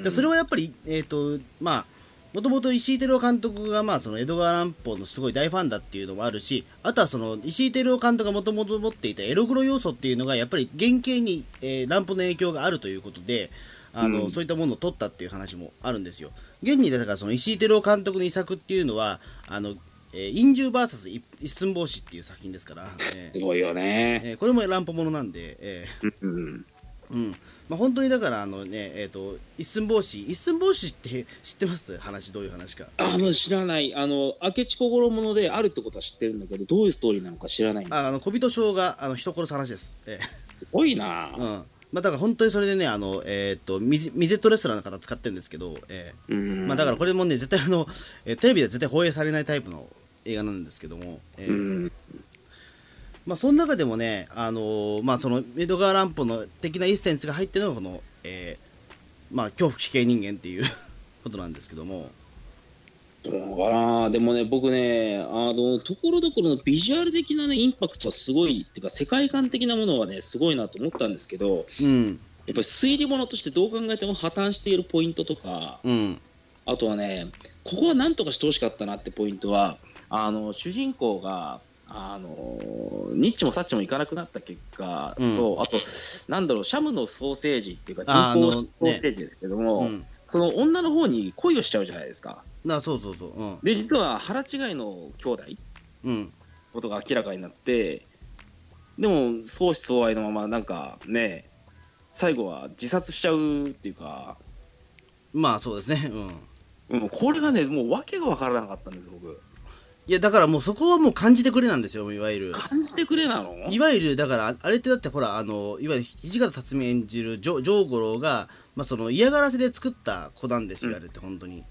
[SPEAKER 3] ん
[SPEAKER 2] でそれはやっぱりえっ、とまあもともと石井照夫監督が、まあ、その江戸川乱歩のすごい大ファンだっていうのもあるしあとはその石井照夫監督がもともと持っていたエログロ要素っていうのがやっぱり原型に、えー乱歩の影響があるということであの、そういったものを取ったっていう話もあるんですよ。現にだからその石井照夫監督の遺作っていうのは「あのえー、陰獣 VS 一一寸法師」っていう作品ですから、え
[SPEAKER 3] す
[SPEAKER 2] ー
[SPEAKER 3] ごいよね
[SPEAKER 2] えーこれも乱歩ものなんで。えー
[SPEAKER 3] うん
[SPEAKER 2] うんまあ、本当にだからあの、ねえー、と一寸法師一寸法師って知ってます話どういう話か
[SPEAKER 3] あの知らないあの明智小五郎ものであるってことは知ってるんだけどどういうストーリーなのか知らないんです
[SPEAKER 2] ああ
[SPEAKER 3] よ
[SPEAKER 2] の小人将があの人殺す話です、え
[SPEAKER 3] すごいな
[SPEAKER 2] えうんまあ、だから本当にそれでねあの、えー、とミゼミゼットレストランの方使ってるんですけど、ええ
[SPEAKER 3] うん
[SPEAKER 2] まあ、だからこれもね絶対あの、えーテレビでは絶対放映されないタイプの映画なんですけども、ええ
[SPEAKER 3] うん
[SPEAKER 2] まあ、その中でもね、あのーまあ、その江戸川乱歩の的なエッセンスが入ってるのがこの、えーまあ、恐怖危険人間っていう ことなんですけども。
[SPEAKER 3] どうかなでもね僕ねあのところどころのビジュアル的な、ね、インパクトはすごいっていうか世界観的なものはねすごいなと思ったんですけどやっ
[SPEAKER 2] うん
[SPEAKER 3] ぱり推理物としてどう考えても破綻しているポイントとか
[SPEAKER 2] うん
[SPEAKER 3] あとはねここはなんとかしてほしかったなってポイントはあの主人公があのニッチもサッチもいかなくなった結果と、
[SPEAKER 2] う
[SPEAKER 3] あとなんだろうシャムのソーセージっていう
[SPEAKER 2] あ
[SPEAKER 3] か
[SPEAKER 2] あ
[SPEAKER 3] 人
[SPEAKER 2] の
[SPEAKER 3] 工ソーセージですけども、
[SPEAKER 2] うん
[SPEAKER 3] その女の方に恋をしちゃうじゃないですか。
[SPEAKER 2] なそうそうそううん
[SPEAKER 3] で実は腹違いの兄弟
[SPEAKER 2] うん
[SPEAKER 3] ことが明らかになってでも相思相愛のままなんかね最後は自殺しちゃうっていうか、
[SPEAKER 2] まあそうですねうん
[SPEAKER 3] うん、これがねもう訳が分からなかったんです僕
[SPEAKER 2] いやだからもうそこはもう感じてくれなんですよいわゆる
[SPEAKER 3] 感じてくれなの
[SPEAKER 2] いわゆるだからああれってだってほらあのいわゆる土方辰巳演じるジョジョー五郎が、まあ、その嫌がらせで作った子なんですよ、あれって本当に、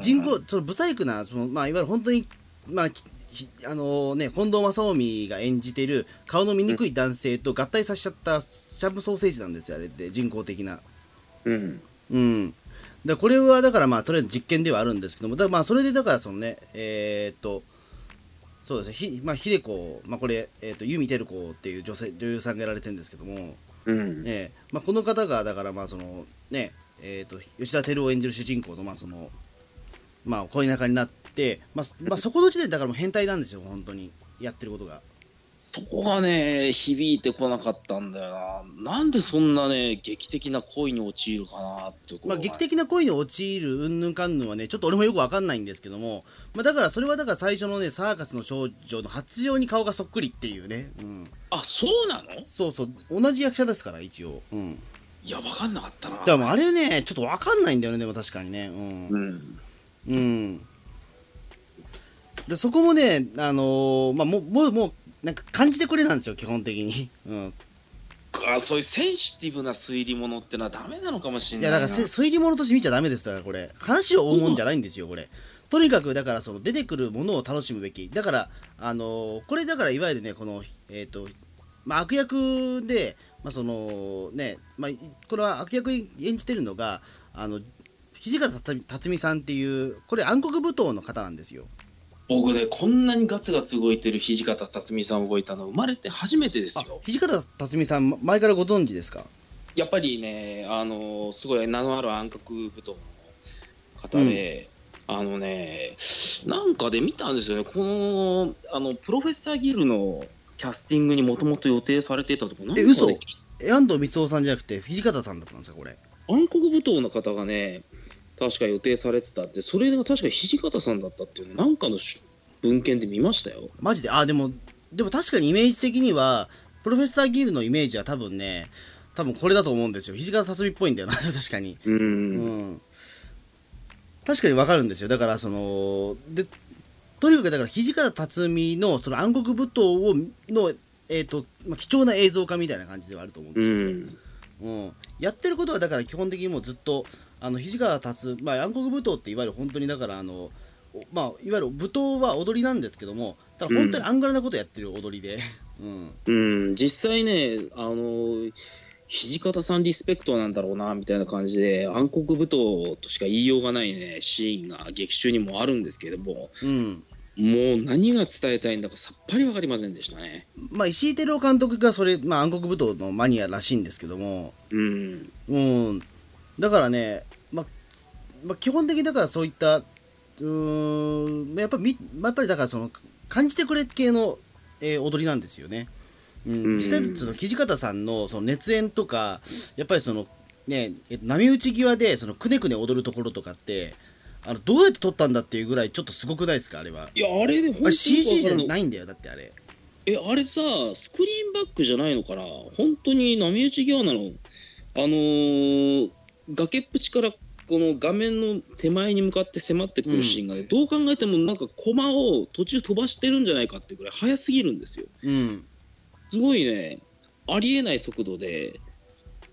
[SPEAKER 2] 人工その不細工なその、まあ、いわゆる本当にまあきひあのね、近藤正臣が演じている顔の醜い男性と合体させちゃったシャブソーセージなんですよあれって人工的な
[SPEAKER 3] うん
[SPEAKER 2] うん、だこれはだからまあとりあえず実験ではあるんですけどもだまあそれでだからそのねえーっとそうですねひ、まあ、秀子、まあ、これ、えーっと由美照子っていう女性女優さんがやられてるんですけども、
[SPEAKER 3] うん
[SPEAKER 2] ええまあ、この方がだからまあそのねえーっと吉田照夫演じる主人公のまあそのまあ恋仲になって、まあまあ、そこの時点でだからもう変態なんですよ本当にやってることが。
[SPEAKER 3] そこがね響いてこなかったんだよななんでそんなね劇的な恋に陥るかなってこう
[SPEAKER 2] まあ、劇的な恋に陥るうんぬんかんぬんはねちょっと俺もよくわかんないんですけども、まあ、だからそれはだから最初のねサーカスの少女の発情に顔がそっくりっていうね、うん、
[SPEAKER 3] あそうなの
[SPEAKER 2] そうそう同じ役者ですから一応、うん、
[SPEAKER 3] いや分かんなかったな
[SPEAKER 2] だからもうあれねちょっとわかんないんだよねでも確かにねうん、
[SPEAKER 3] うん
[SPEAKER 2] うん、でそこもねあのーまあもうもうもうなんか感じてくれなんですよ基本的に、うん、
[SPEAKER 3] あそういうセンシティブな推理物ってのはダメなのかもしれ
[SPEAKER 2] い
[SPEAKER 3] な
[SPEAKER 2] や
[SPEAKER 3] い
[SPEAKER 2] だ
[SPEAKER 3] な
[SPEAKER 2] からせ推理物として見ちゃダメですからこれ話を追うもんじゃないんですよこれとにかくだからその出てくるものを楽しむべきだからあのーこれだからいわゆるねこのえっ、とまあ悪役でまあそのねまあいこれは悪役演じてるのがあの土方辰巳辰巳さんっていうこれ暗黒舞踏の方なんですよ
[SPEAKER 3] 僕ねこんなにガツガツ動いてる土方辰巳さん動いたの生まれて初めてですよ
[SPEAKER 2] 土方辰巳さんま前からご存知ですか
[SPEAKER 3] やっぱりねあのすごい名のある暗黒舞踏の方で、あのねなんかで見たんですよねこのあのプロフェッサーギルのキャスティングにもともと予定されてたとこなんかで
[SPEAKER 2] 嘘え安藤光雄さんじゃなくて土方さんだったんですかこれ
[SPEAKER 3] 暗黒舞踏の方がね確か予定されてたってそれが確か土方さんだったっていうのなんかのし文献で見ましたよ
[SPEAKER 2] マジであでもでも確かにイメージ的にはプロフェッサーギルのイメージは多分ね多分これだと思うんですよ土方辰巳っぽいんだよな 確かに
[SPEAKER 3] うん、
[SPEAKER 2] うん確かにわかるんですよだからそのでとにかくだから土方辰巳のその暗黒舞踏をのえっ、と、まあ、貴重な映像化みたいな感じではあると思うんです
[SPEAKER 3] う
[SPEAKER 2] よ、
[SPEAKER 3] ん
[SPEAKER 2] うん、やってることはだから基本的にもうずっとあの土方立つ、まあ、暗黒舞踏っていわゆる本当にだからあの、おまあ、いわゆる舞踏は踊りなんですけどもただ本当にアングラなことやってる踊りで、うん、
[SPEAKER 3] うん、実際ね、あの、土方さんリスペクトなんだろうな、みたいな感じで、暗黒舞踏としか言いようがないね、シーンが劇中にもあるんですけれども、
[SPEAKER 2] うん
[SPEAKER 3] もう何が伝えたいんだかさっぱりわかりませんでしたね。
[SPEAKER 2] まあ、石井照夫監督がそれ、まあ、暗黒舞踏のマニアらしいんですけども、
[SPEAKER 3] うん。
[SPEAKER 2] うん、だからね、まあまあ、基本的にだからそういったうーんやっぱりやっぱりだからその感じてくれ系の、えー踊りなんですよね。うん
[SPEAKER 3] うん
[SPEAKER 2] 実際その土方さんのその熱演とかやっぱりそのねえっと波打ち際でそのくねくね踊るところとかってあのどうやって撮ったんだっていうぐらいちょっとすごくないですかあれは。
[SPEAKER 3] いや、あれで
[SPEAKER 2] あ
[SPEAKER 3] 本当
[SPEAKER 2] れ
[SPEAKER 3] に
[SPEAKER 2] CG じゃ
[SPEAKER 3] わか
[SPEAKER 2] な
[SPEAKER 3] らない
[SPEAKER 2] いんだよだってあれ。
[SPEAKER 3] え、あれさ、スクリーンバックじゃないのかな本当に波打ち際なの。あのー崖っぷちからこの画面の手前に向かって迫ってくるシーンがね、どう考えてもなんかコマを途中飛ばしてるんじゃないかっていうくらい早すぎるんですよ。
[SPEAKER 2] うん
[SPEAKER 3] すごいね、ありえない速度で、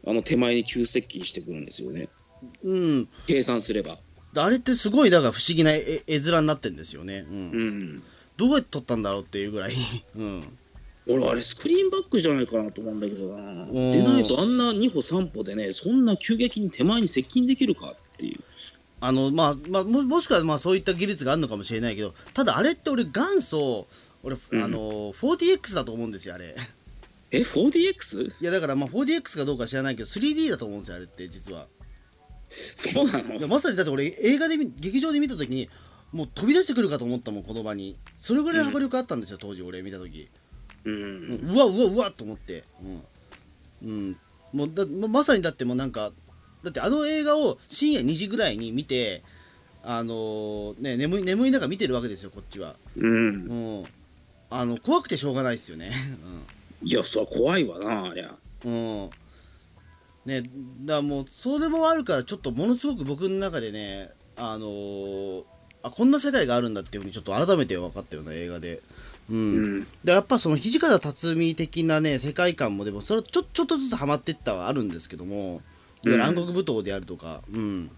[SPEAKER 3] あの手前に急接近してくるんですよね。
[SPEAKER 2] うん、
[SPEAKER 3] 計算すれば。
[SPEAKER 2] あれってすごいだから不思議な絵絵面になってんですよね。うん
[SPEAKER 3] うん。
[SPEAKER 2] どうやって撮ったんだろうっていうぐらい、 うん、
[SPEAKER 3] 俺、あれスクリーンバックじゃないかなと思うんだけど
[SPEAKER 2] おー
[SPEAKER 3] な。でないとあんな2歩3歩でね、そんな急激に手前に接近できるかっていう。
[SPEAKER 2] あのまあ、まあ、ももしくはまあそういった技術があるのかもしれないけどただあれって俺元祖俺、
[SPEAKER 3] うん
[SPEAKER 2] あの 40X だと思うんですよあれ
[SPEAKER 3] え、4DX?
[SPEAKER 2] いやだからまあ 4DX かどうか知らないけど 3D だと思うんですよあれって実は
[SPEAKER 3] そうない
[SPEAKER 2] や
[SPEAKER 3] の
[SPEAKER 2] まさにだって俺映画で見劇場で見た時にもう飛び出してくるかと思ったもんこの場にそれぐらい迫力あったんですよ、当時俺見た時
[SPEAKER 3] うん。
[SPEAKER 2] うわうわうわと思って、うんうん、もうだもうまさにだってもうなんかだってあの映画を深夜2時ぐらいに見てあのーね眠い眠い中見てるわけですよこっちは、
[SPEAKER 3] うん。
[SPEAKER 2] うん、あの怖くてしょうがないですよね
[SPEAKER 3] いや、そりゃ怖いわな、ありゃ。
[SPEAKER 2] うん、うん、ねだからもうそれもあるからちょっとものすごく僕の中でねあのーあこんな世界があるんだっていうふうにちょっと改めて分かったような映画で。うん
[SPEAKER 3] うん
[SPEAKER 2] でやっぱその土方辰巳的なね世界観もでもそれはちょちょっとずつはまっていったはあるんですけども、いわゆる暗黒舞踏であるとか、うん、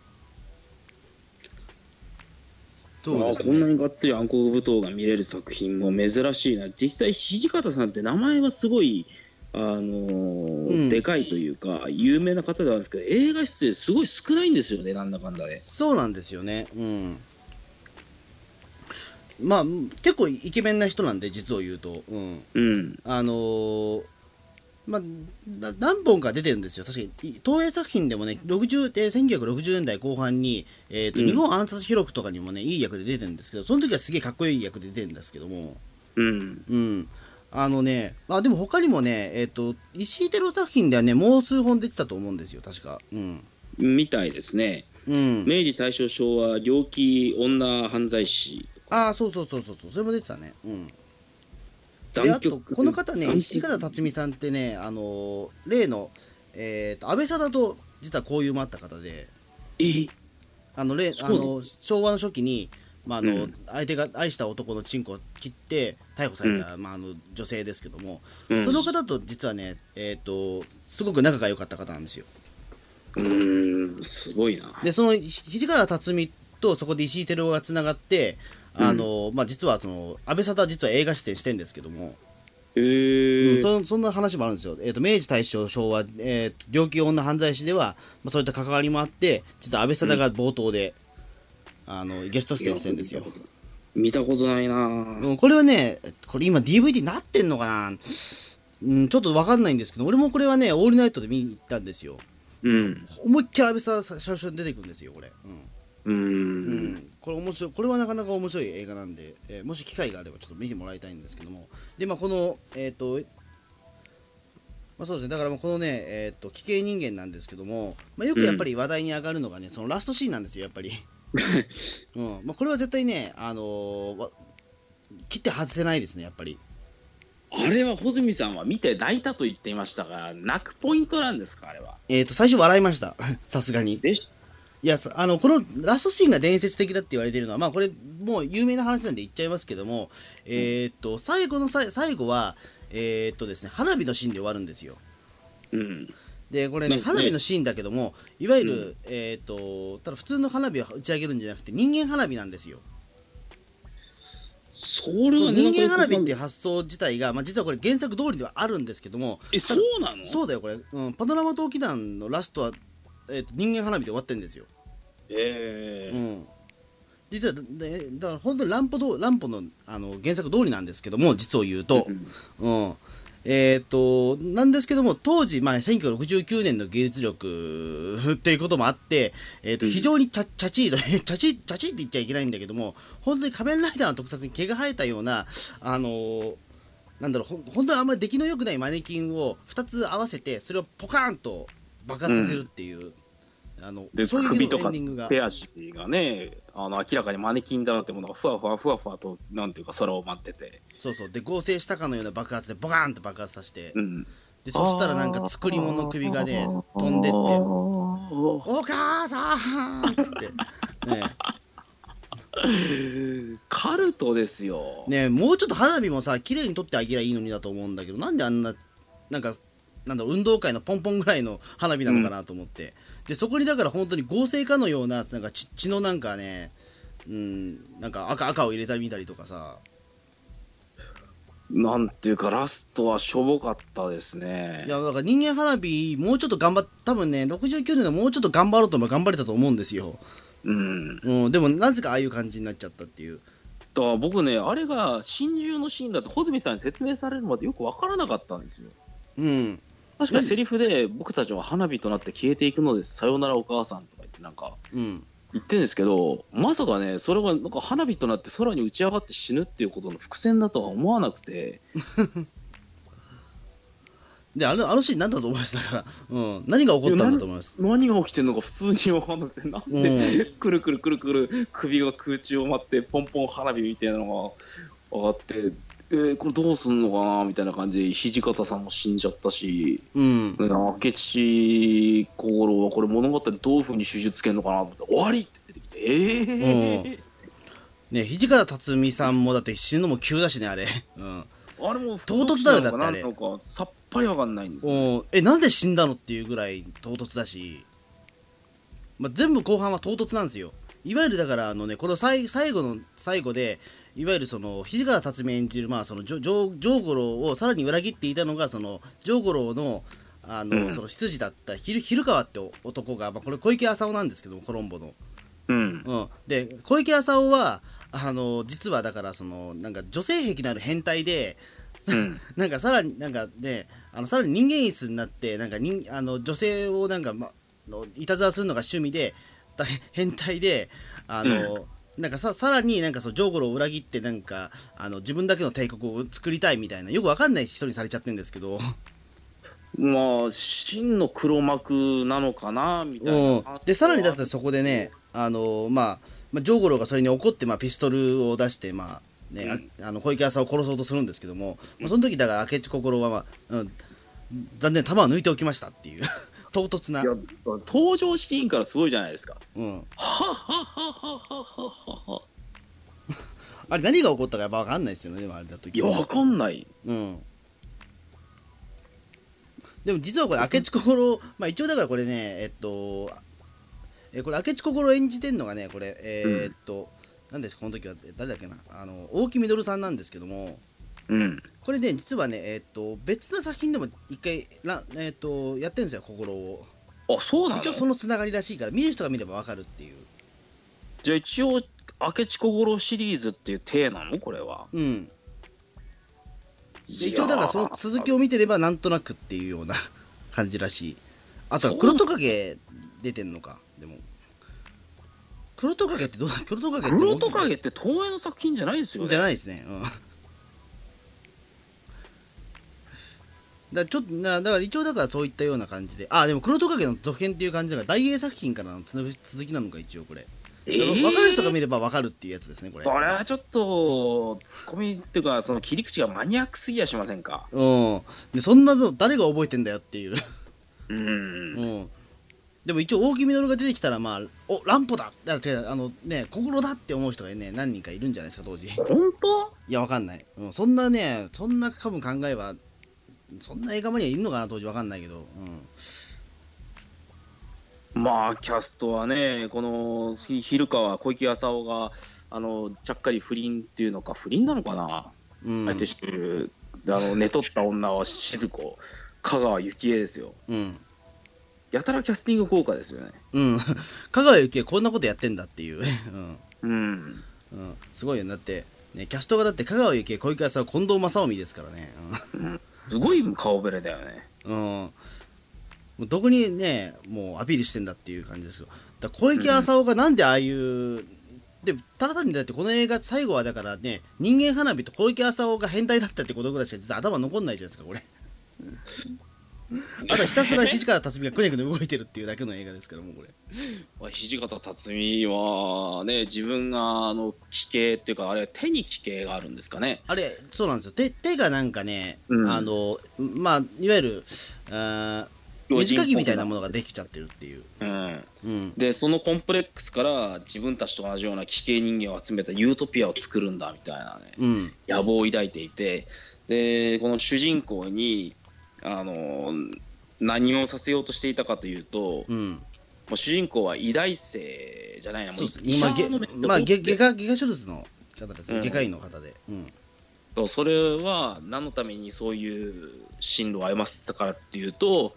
[SPEAKER 2] そう
[SPEAKER 3] あ
[SPEAKER 2] で
[SPEAKER 3] あ
[SPEAKER 2] す
[SPEAKER 3] こんな
[SPEAKER 2] ね
[SPEAKER 3] にがっつり暗黒舞踏が見れる作品も珍しいな実際土方さんって名前はすごいあのー
[SPEAKER 2] うん
[SPEAKER 3] でかいというか有名な方なんですけど映画出演すごい少ないんですよねなんだかんだで、
[SPEAKER 2] そうなんですよねうんまあ結構イケメンな人なんで実を言うとうん
[SPEAKER 3] うん、
[SPEAKER 2] あのーまあ、な何本か出てるんですよ、確かにい東映作品でもね、60えー1960年代後半に、えーと
[SPEAKER 3] うん
[SPEAKER 2] 日本暗殺記録とかにもね、いい役で出てるんですけど、その時はすげえかっこいい役で出てるんですけども、
[SPEAKER 3] うん、
[SPEAKER 2] うん、あのね、あでも他にもね、えーと、石井照夫作品ではね、もう数本出てたと思うんですよ、確か。うん、
[SPEAKER 3] みたいですね
[SPEAKER 2] うん、
[SPEAKER 3] 明治大正昭和猟奇女犯罪師
[SPEAKER 2] ああ、そうそうそうそうそう、それも出てたね。うんであ
[SPEAKER 3] 残
[SPEAKER 2] と
[SPEAKER 3] 曲
[SPEAKER 2] この方ね
[SPEAKER 3] 残曲
[SPEAKER 2] 石方辰巳さんってねあのー例の、えー、と安倍貞と実は交友もあった方で
[SPEAKER 3] え
[SPEAKER 2] あの例あ
[SPEAKER 3] そう
[SPEAKER 2] の
[SPEAKER 3] なの
[SPEAKER 2] 昭和の初期に、まああの
[SPEAKER 3] うん
[SPEAKER 2] 相手が愛した男のチンコを切って逮捕された、まあ、あの女性ですけども、
[SPEAKER 3] うん
[SPEAKER 2] その方と実はね、えー、とすごく仲が良かった方なんですよ
[SPEAKER 3] うーんすごいな
[SPEAKER 2] でそのひ土方辰巳とそこで石井照夫がつながってあのー、まあ、実はその安倍貞は実は映画出演してるんですけども、
[SPEAKER 3] え
[SPEAKER 2] うん
[SPEAKER 3] ー
[SPEAKER 2] そそんな話もあるんですよ、えー、と明治大正昭和、えーと、猟奇女犯罪史では、まあ、そういった関わりもあって実は安倍貞が冒頭で、あのゲスト出演してるんですよ、
[SPEAKER 3] 見たことないな
[SPEAKER 2] うん、これはねこれ今 DVD なってんのかな、うん、ちょっと分かんないんですけど俺もこれはねオールナイトで見に行ったんですよ
[SPEAKER 3] うん
[SPEAKER 2] 思いっきり安倍貞が最初に出てくるんですよこれ、う
[SPEAKER 3] うー
[SPEAKER 2] んうんん、これ面白いこれはなかなか面白い映画なんで、えーもし機会があればちょっと見てもらいたいんですけどもでまあこのえっ、とまあそうですね、だからもうこのね、えっと奇形人間なんですけども、まあ、よくやっぱり話題に上がるのがね、そのラストシーンなんですよ、やっぱり。うんまあ、これは絶対ね、あのーわ切って外せないですね、やっぱり。
[SPEAKER 3] あれは穂積さんは見て泣いたと言っていましたが泣くポイントなんですかあれは
[SPEAKER 2] えっ、と、最初笑いました、 さすがに。
[SPEAKER 3] でし
[SPEAKER 2] いや、そあの、このラストシーンが伝説的だって言われてるのは、まあ、これ、もう有名な話なんで言っちゃいますけども、えっ、と、最後のさい最後は、えっ、とですね、花火のシーンで終わるんですよ。
[SPEAKER 3] うん
[SPEAKER 2] でこれね
[SPEAKER 3] なんかね
[SPEAKER 2] 花火のシーンだけどもいわゆる、
[SPEAKER 3] う
[SPEAKER 2] えっ、とただ普通の花火を打ち上げるんじゃなくて人間花火なんですよ
[SPEAKER 3] それは
[SPEAKER 2] 人間花火っていうう発想自体が、まあ、実はこれ原作通りではあるんですけども
[SPEAKER 3] えそうなの
[SPEAKER 2] そうだよこれ、うん、パノラマ陶器団のラストは、えーと人間花火で終わってるんですよ、
[SPEAKER 3] え
[SPEAKER 2] う
[SPEAKER 3] え
[SPEAKER 2] ん、実はでだから本当に乱歩ど乱歩のあの原作通りなんですけども実を言うと、うんえー、となんですけども当時、まあ、1969年の芸術力っていうこともあって、えー、と非常にちゃちゃちいと ちゃちいちゃちいって言っちゃいけないんだけども本当に仮面ライダーの特撮に毛が生えたようなあのーなんだろうほん本当にあんまり出来の良くないマネキンを2つ合わせてそれをポカーンと爆発させるっていう、あの
[SPEAKER 3] で
[SPEAKER 2] 衝撃の
[SPEAKER 3] 首と
[SPEAKER 2] エ
[SPEAKER 3] か
[SPEAKER 2] ンディングが
[SPEAKER 3] 手足がねあの明らかにマネキンだなってものがふわふわふわふわとなんていうか空を舞ってて
[SPEAKER 2] そうそうで合成したかのような爆発でボカーンと爆発させて、
[SPEAKER 3] うん
[SPEAKER 2] でそしたらなんか作り物の首がね飛んでって「お母さん!」っつって。ね
[SPEAKER 3] カルトですよ、
[SPEAKER 2] ねえもうちょっと花火もさ綺麗に撮ってあげりゃいいのにだと思うんだけどなんであんななんかなんだ運動会のポンポンぐらいの花火なのかなと思って、でそこにだから本当に合成かのようななんか血血のなんかねうんなんか赤赤を入れたり見たりとかさ
[SPEAKER 3] なんていうかラストはしょぼかったですね
[SPEAKER 2] いやだから人間花火もうちょっと頑張っ多分ね69年のもうちょっと頑張ろうとも頑張れたと思うんですよ、
[SPEAKER 3] うん
[SPEAKER 2] うん、でもなぜかああいう感じになっちゃったっていう
[SPEAKER 3] だから僕ねあれが真珠のシーンだって穂積さんに説明されるまでよく分からなかったんですよ
[SPEAKER 2] うん
[SPEAKER 3] 確かにセリフで僕たちは花火となって消えていくのですさよならお母さんとか言ってなんか
[SPEAKER 2] うん
[SPEAKER 3] 言ってるんですけどまさかねそれがなんか花火となって空に打ち上がって死ぬっていうことの伏線だとは思わなくて
[SPEAKER 2] であのあのシーン何だと思いますだから、うん、何が起こったんだと思います
[SPEAKER 3] 何が起きてるのか普通に分かんなくてなんで、
[SPEAKER 2] う
[SPEAKER 3] くるくるくるくる首が空中を舞ってポンポン花火みたいなのが上がって。えーこれどうすんのかなみたいな感じで土方さんも死んじゃったし
[SPEAKER 2] うん
[SPEAKER 3] ね明智五郎はこれ物語どういうふうに手術つけるのかなと思って終わりって出てきてええー
[SPEAKER 2] ね土方辰巳さんもだって死ぬのも急だしねあれ、うん、
[SPEAKER 3] あれも
[SPEAKER 2] 唐突だよだってあれ
[SPEAKER 3] なんかさっぱりわかんないんですよ
[SPEAKER 2] おーえなんで死んだのっていうぐらい唐突だし、まあ、全部後半は唐突なんですよいわゆるだからあのねこの最最後の最後でいわゆるその土方辰巳演じるまあそのジョジョジョーゴロをさらに裏切っていたのがそのジョーゴロのあの、
[SPEAKER 3] うん
[SPEAKER 2] その執事だった昼昼川って男が、まあ、これ小池浅尾なんですけどもコロンボの
[SPEAKER 3] うん
[SPEAKER 2] うん、で小池浅尾はあの実はだからそのなんか女性癖のある変態で、
[SPEAKER 3] ん
[SPEAKER 2] なんかさらになんかねあのさらに人間椅子になってなんかにあの女性をなんか、ま、のいたずらするのが趣味で大変態であの、なんかささらになんかそうジョーゴロを裏切ってなんかあの自分だけの帝国を作りたいみたいなよくわかんない人にされちゃってるんですけど。
[SPEAKER 3] まあ真の黒幕なのかなみたい
[SPEAKER 2] うん
[SPEAKER 3] な、
[SPEAKER 2] でさらにだってそこでねあのまあ、まあ、ジョーゴロがそれに怒って、まあ、ピストルを出してまあね、ああの小池浅を殺そうとするんですけども、まあ、その時だから明智心は、まあうん、残念弾は抜いておきましたっていう 唐突ない
[SPEAKER 3] や登場シーンからすごいじゃないですか
[SPEAKER 2] うん、
[SPEAKER 3] はっはっはっはっはっはっは
[SPEAKER 2] あれ何が起こったかやっぱ分かんないですよねでもあれだと
[SPEAKER 3] いやわかんない
[SPEAKER 2] うんでも実はこれ明智心、まあ、一応だからこれねえっとえこれ明智心演じてんのがねこれえーっと、なんですこの時はえ誰だっけなあの大木みどるさんなんですけども
[SPEAKER 3] うん
[SPEAKER 2] これね実はねえっと別な作品でも一回らえっとやってるんですよ心を
[SPEAKER 3] あそうなの
[SPEAKER 2] 一応そのつながりらしいから見る人が見ればわかるっていう
[SPEAKER 3] じゃあ一応明智小五郎シリーズっていう体なのこれは
[SPEAKER 2] うんで
[SPEAKER 3] 一
[SPEAKER 2] 一応だからその続きを見てればなんとなくっていうよう な感じらしいあとは黒トカゲ出てんのかでも黒トカゲってどうだ黒トカゲって
[SPEAKER 3] 黒トカゲって東映の作品じゃないですよね
[SPEAKER 2] じゃないですねうんだからちょっとなだから一応だからそういったような感じであでも黒トカゲの続編っていう感じだから大英作品からのつなぐ続きなのか一応これ、
[SPEAKER 3] えー
[SPEAKER 2] 分かる人が見れば分かるっていうやつですねこれ
[SPEAKER 3] それはちょっとツッコミっていうかその切り口がマニアックすぎやしませんか
[SPEAKER 2] うんでそんなの誰が覚えてんだよっていう
[SPEAKER 3] うん
[SPEAKER 2] うん、でも一応大木みのるが出てきたらまあお乱歩だだから違うあのね心だって思う人がね何人かいるんじゃないですか当時 い
[SPEAKER 3] 本当
[SPEAKER 2] やわかんない、うん、そんなねそんな多分考えはそんな映画マニアいるのかな当時わかんないけど、うん、
[SPEAKER 3] まあキャストはねこのひ昼川小池浅尾があのちゃっかり不倫っていうのか不倫なのかな、
[SPEAKER 2] うん
[SPEAKER 3] 相手してるあの寝取った女は静子香川幸恵ですよ
[SPEAKER 2] うん
[SPEAKER 3] やたらキャスティング効果ですよね
[SPEAKER 2] うん、 香川由紀恵こんなことやってんだっていう、 うん
[SPEAKER 3] うん
[SPEAKER 2] うん、すごいよねだって、ね、キャストがだって香川由紀恵小池さん近藤正臣ですからね、うん
[SPEAKER 3] すごい顔ぶれだよね
[SPEAKER 2] うん、もうどこにねもうアピールしてんだっていう感じですけどだから小池浅尾がなんでああいう、でただ単にだってこの映画最後はだからね人間花火と小池浅尾が変態だったってことぐらいしか実は頭残んないじゃないですかこれあとひたすら土方辰巳がくねくね動いてるっていうだけの映画ですからもうこれ
[SPEAKER 3] まあ土方辰巳はね自分があの奇形っていうかあれ手に奇形があるんですかね
[SPEAKER 2] あれそうなんですよ手手がなんかね、
[SPEAKER 3] うん
[SPEAKER 2] あのまあいわゆるあー
[SPEAKER 3] 老人
[SPEAKER 2] 短
[SPEAKER 3] っぽくな
[SPEAKER 2] きみたいなものができちゃってるっていう、
[SPEAKER 3] うん
[SPEAKER 2] うん、
[SPEAKER 3] でそのコンプレックスから自分たちと同じような奇形人間を集めたユートピアを作るんだみたいなね
[SPEAKER 2] うん、
[SPEAKER 3] 野望を抱いていてでこの主人公にあの何をさせようとしていたかというと、
[SPEAKER 2] う
[SPEAKER 3] も
[SPEAKER 2] ん
[SPEAKER 3] う主人公は医大生じゃないなも
[SPEAKER 2] そううです今
[SPEAKER 3] 医
[SPEAKER 2] げ
[SPEAKER 3] 者の免許を取って
[SPEAKER 2] まあげ外科外科手術の方です
[SPEAKER 3] う
[SPEAKER 2] ね
[SPEAKER 3] ん
[SPEAKER 2] 外科医の方でうん
[SPEAKER 3] とそれは何のためにそういう進路を歩ませたからっていうと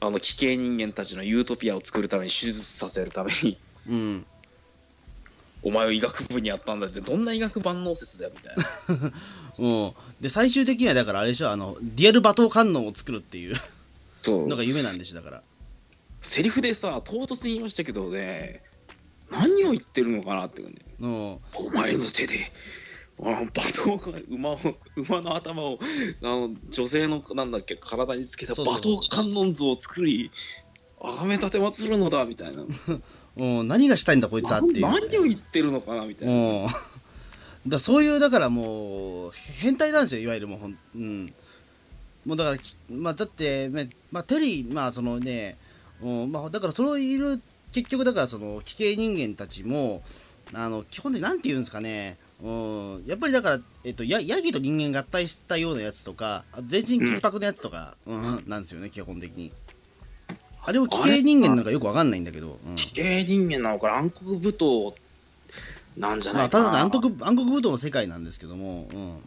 [SPEAKER 3] あの奇形人間たちのユートピアを作るために手術させるために
[SPEAKER 2] うん
[SPEAKER 3] お前を医学部にやったんだってどんな医学万能説だよみたいな
[SPEAKER 2] うんで最終的にはだからあれでしょあのリアル馬頭観音を作るっていう
[SPEAKER 3] そう
[SPEAKER 2] のが夢なんでしょだから
[SPEAKER 3] セリフでさ唐突に言いましたけどね何を言ってるのかなって感じ
[SPEAKER 2] うん
[SPEAKER 3] お前の手であの馬頭か馬を馬の頭をあの女性のなんだっけ体につけた
[SPEAKER 2] そう
[SPEAKER 3] 馬
[SPEAKER 2] そう
[SPEAKER 3] 頭観音像を作りあがめ立て祭るのだみたいな
[SPEAKER 2] うん何がしたいんだこいつはっていう
[SPEAKER 3] 何を言ってるのかなみたいな、
[SPEAKER 2] うんだそういうだからもう変態なんですよいわゆるもうほんうんもうだからきまあだってまあまあテリーまあそのね、うんまあだからそのいる結局だからその奇形人間たちもあの基本でなんて言うんですかね、うん、やっぱりだから、えっと、やヤギと人間合体したようなやつとかあ全身潔白のやつとか、うん、なんですよね基本的にあれを奇形人間なんかよくわかんないんだけど、うん
[SPEAKER 3] 綺麗人間なのから暗黒舞踏なんじゃ
[SPEAKER 2] ま
[SPEAKER 3] な
[SPEAKER 2] あ、
[SPEAKER 3] いか
[SPEAKER 2] た
[SPEAKER 3] な、
[SPEAKER 2] だの暗黒暗黒武道の世界なんですけども、うん、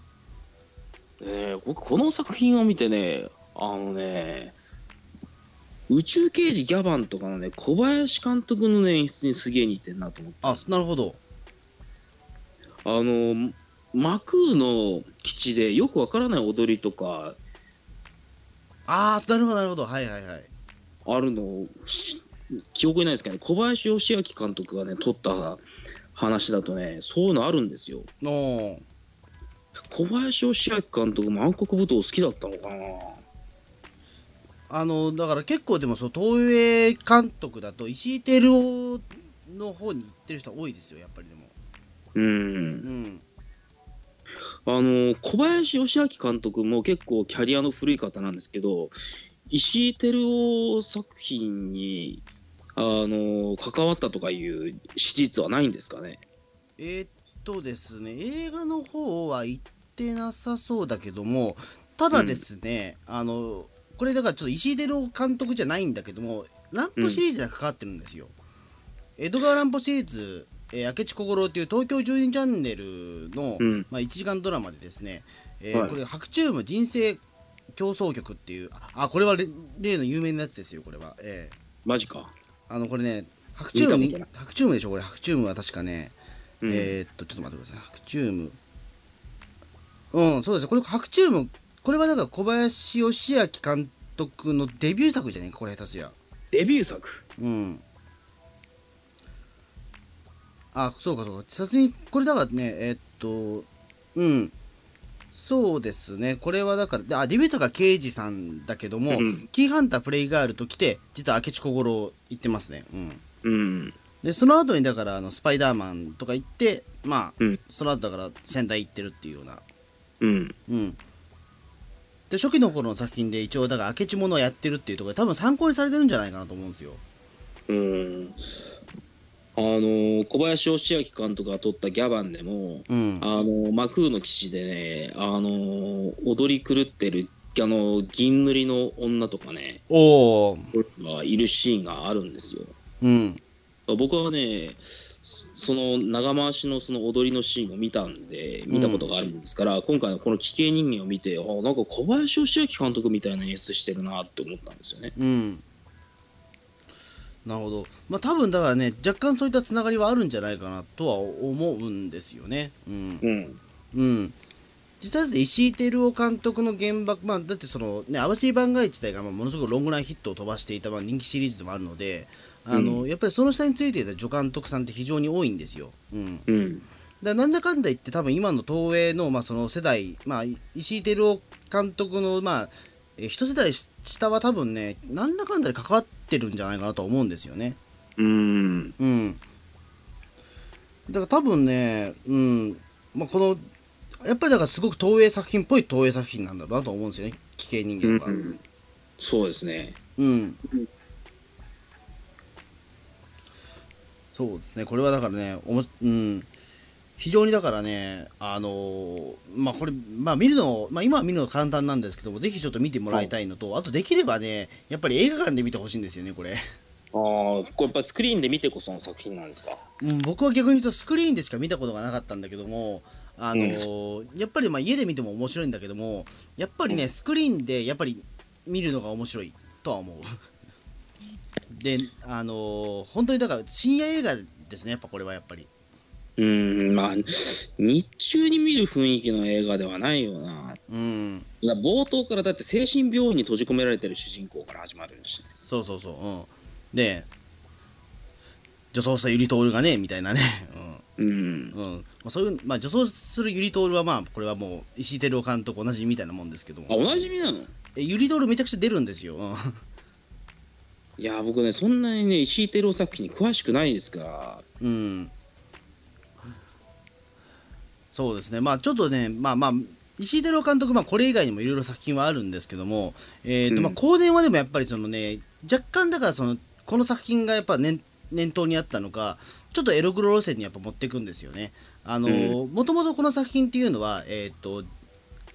[SPEAKER 3] えー僕この作品を見てねあのね宇宙刑事ギャバンとかのね小林監督の、ね、演出にすげえ似てんなと思って
[SPEAKER 2] あなるほど
[SPEAKER 3] あのマクーの基地でよくわからない踊りとか
[SPEAKER 2] ああなるほどなるほどはいはいはい
[SPEAKER 3] あるのし記憶にないですけどね小林義明監督がね撮った話だとねそういうのあるんですよ
[SPEAKER 2] おー
[SPEAKER 3] 小林義明監督も暗黒舞踏好きだったのかな
[SPEAKER 2] あのだから結構でもその東映監督だと石井照夫の方に行ってる人多いですよやっぱりでも
[SPEAKER 3] うん
[SPEAKER 2] うん
[SPEAKER 3] あの小林義明監督も結構キャリアの古い方なんですけど石井照夫作品にあの関わったとかいう史実はないんですかね
[SPEAKER 2] えーっとですね映画の方は行ってなさそうだけどもただですね、あのこれだからちょっと石井照夫監督じゃないんだけどもランプシリーズには関わってるんですよ、江戸川乱歩シリーズ「えー明智小五郎」という東京12チャンネルの、
[SPEAKER 3] うん
[SPEAKER 2] まあ、1時間ドラマでですね、えー
[SPEAKER 3] はい
[SPEAKER 2] これ「白昼夢人生競争曲」っていうあこれはれ例の有名なやつですよこれは、えー
[SPEAKER 3] マジか
[SPEAKER 2] あのこれね白昼夢
[SPEAKER 3] 見た
[SPEAKER 2] に
[SPEAKER 3] こと
[SPEAKER 2] 白昼夢でしょこれ白昼夢は確かね、
[SPEAKER 3] うん
[SPEAKER 2] えーっとちょっと待ってください白昼夢うんそうですねこれ白昼夢これはだから小林義明監督のデビュー作じゃねえかこれ下手すりゃ
[SPEAKER 3] デビュー作
[SPEAKER 2] うんあそうかそうかさすがにこれだからねえーっとうんそうですねこれはだからであデビュー作は刑事さんだけども、
[SPEAKER 3] うん
[SPEAKER 2] キーハンタープレイガールと来て実は明智小五郎行ってますねうん
[SPEAKER 3] うん
[SPEAKER 2] でその後にだからあのスパイダーマンとか行ってまあ、
[SPEAKER 3] うん
[SPEAKER 2] その後だから仙台行ってるっていうような
[SPEAKER 3] うん
[SPEAKER 2] うんで初期の頃の作品で一応だから明智ものをやってるっていうところで多分参考にされてるんじゃないかなと思うんですよ
[SPEAKER 3] うんあの小林義明監督が撮った「ギャバン」でも
[SPEAKER 2] うん
[SPEAKER 3] あのマクーの基地でねあの踊り狂ってるあの銀塗りの女とかね
[SPEAKER 2] おお
[SPEAKER 3] がいるシーンがあるんですよ。
[SPEAKER 2] うん
[SPEAKER 3] 僕はね、そその長回しのその踊りのシーンを見たんで、見たことがあるんですから、今回のこの奇形人間を見て、あなんか小林義明監督みたいな演出してるなって思ったんですよね。
[SPEAKER 2] うんなるほどまあ多分だからね若干そういったつながりはあるんじゃないかなとは思うんですよねうん
[SPEAKER 3] うん。
[SPEAKER 2] うん、実際だって石井照夫監督の原爆、まあ、だってそのね網走番外自体がまあものすごくロングランヒットを飛ばしていたまあ人気シリーズでもあるのであの、やっぱりその下についていた助監督さんって非常に多いんですよ。うん、だか
[SPEAKER 3] うん。
[SPEAKER 2] らなんだかんだ言って多分今の東映の,、まあその世代、まあ、い石井照夫監督の、まあ、えー一世代し下は多分ねなんだかんだで関わってるんじゃないかなと思うんですよね。
[SPEAKER 3] うん。
[SPEAKER 2] うん。だから多分ね、うん、まあ、この、やっぱりだからすごく東映作品っぽい東映作品なんだろうなと思うんですよね、奇形人間とか。
[SPEAKER 3] うんうんそうですね。
[SPEAKER 2] うん。そうですね、これはだからね、おもしうん、非常にだからね、あのーまあこれ、まあ見るの、まあ今は見るの簡単なんですけども、ぜひちょっと見てもらいたいのと、あとできればね、やっぱり映画館で見てほしいんですよね、これ。
[SPEAKER 3] ああ、これやっぱりスクリーンで見てこその作品なんですか。
[SPEAKER 2] うん、僕は逆に言うとスクリーンでしか見たことがなかったんだけども、あのーやっぱりまあ家で見ても面白いんだけどもやっぱりねスクリーンでやっぱり見るのが面白いとは思う であのー本当にだから深夜映画ですねやっぱこれはやっぱり
[SPEAKER 3] うん、まあ、日中に見る雰囲気の映画ではないよな。
[SPEAKER 2] うん
[SPEAKER 3] いや冒頭からだって精神病院に閉じ込められてる主人公から始まるし。
[SPEAKER 2] そうそうそううんで女装したゆりとおるがねみたいなね、
[SPEAKER 3] うん
[SPEAKER 2] うんうんまあ、そういう、まあ、女装するゆりとおるはまあこれはもう石井照夫監督同じみたいなもんですけど
[SPEAKER 3] あ、
[SPEAKER 2] も
[SPEAKER 3] おなじみなの
[SPEAKER 2] えゆりとおるめちゃくちゃ出るんですよ、うん
[SPEAKER 3] いや、僕ね、そんなにね、石井照夫作品に詳しくないですから。
[SPEAKER 2] うん、そうですね、まあ、ちょっとね、まあまあ、石井照夫監督、まあ、これ以外にもいろいろ作品はあるんですけども、えーと
[SPEAKER 3] うん
[SPEAKER 2] まあ、後年はでもやっぱりその、ね、若干だからその、この作品がやっぱ念念頭にあったのか、ちょっとエログロ路線にやっぱ持っていくんですよね。あのもともとこの作品っていうのは、えーっと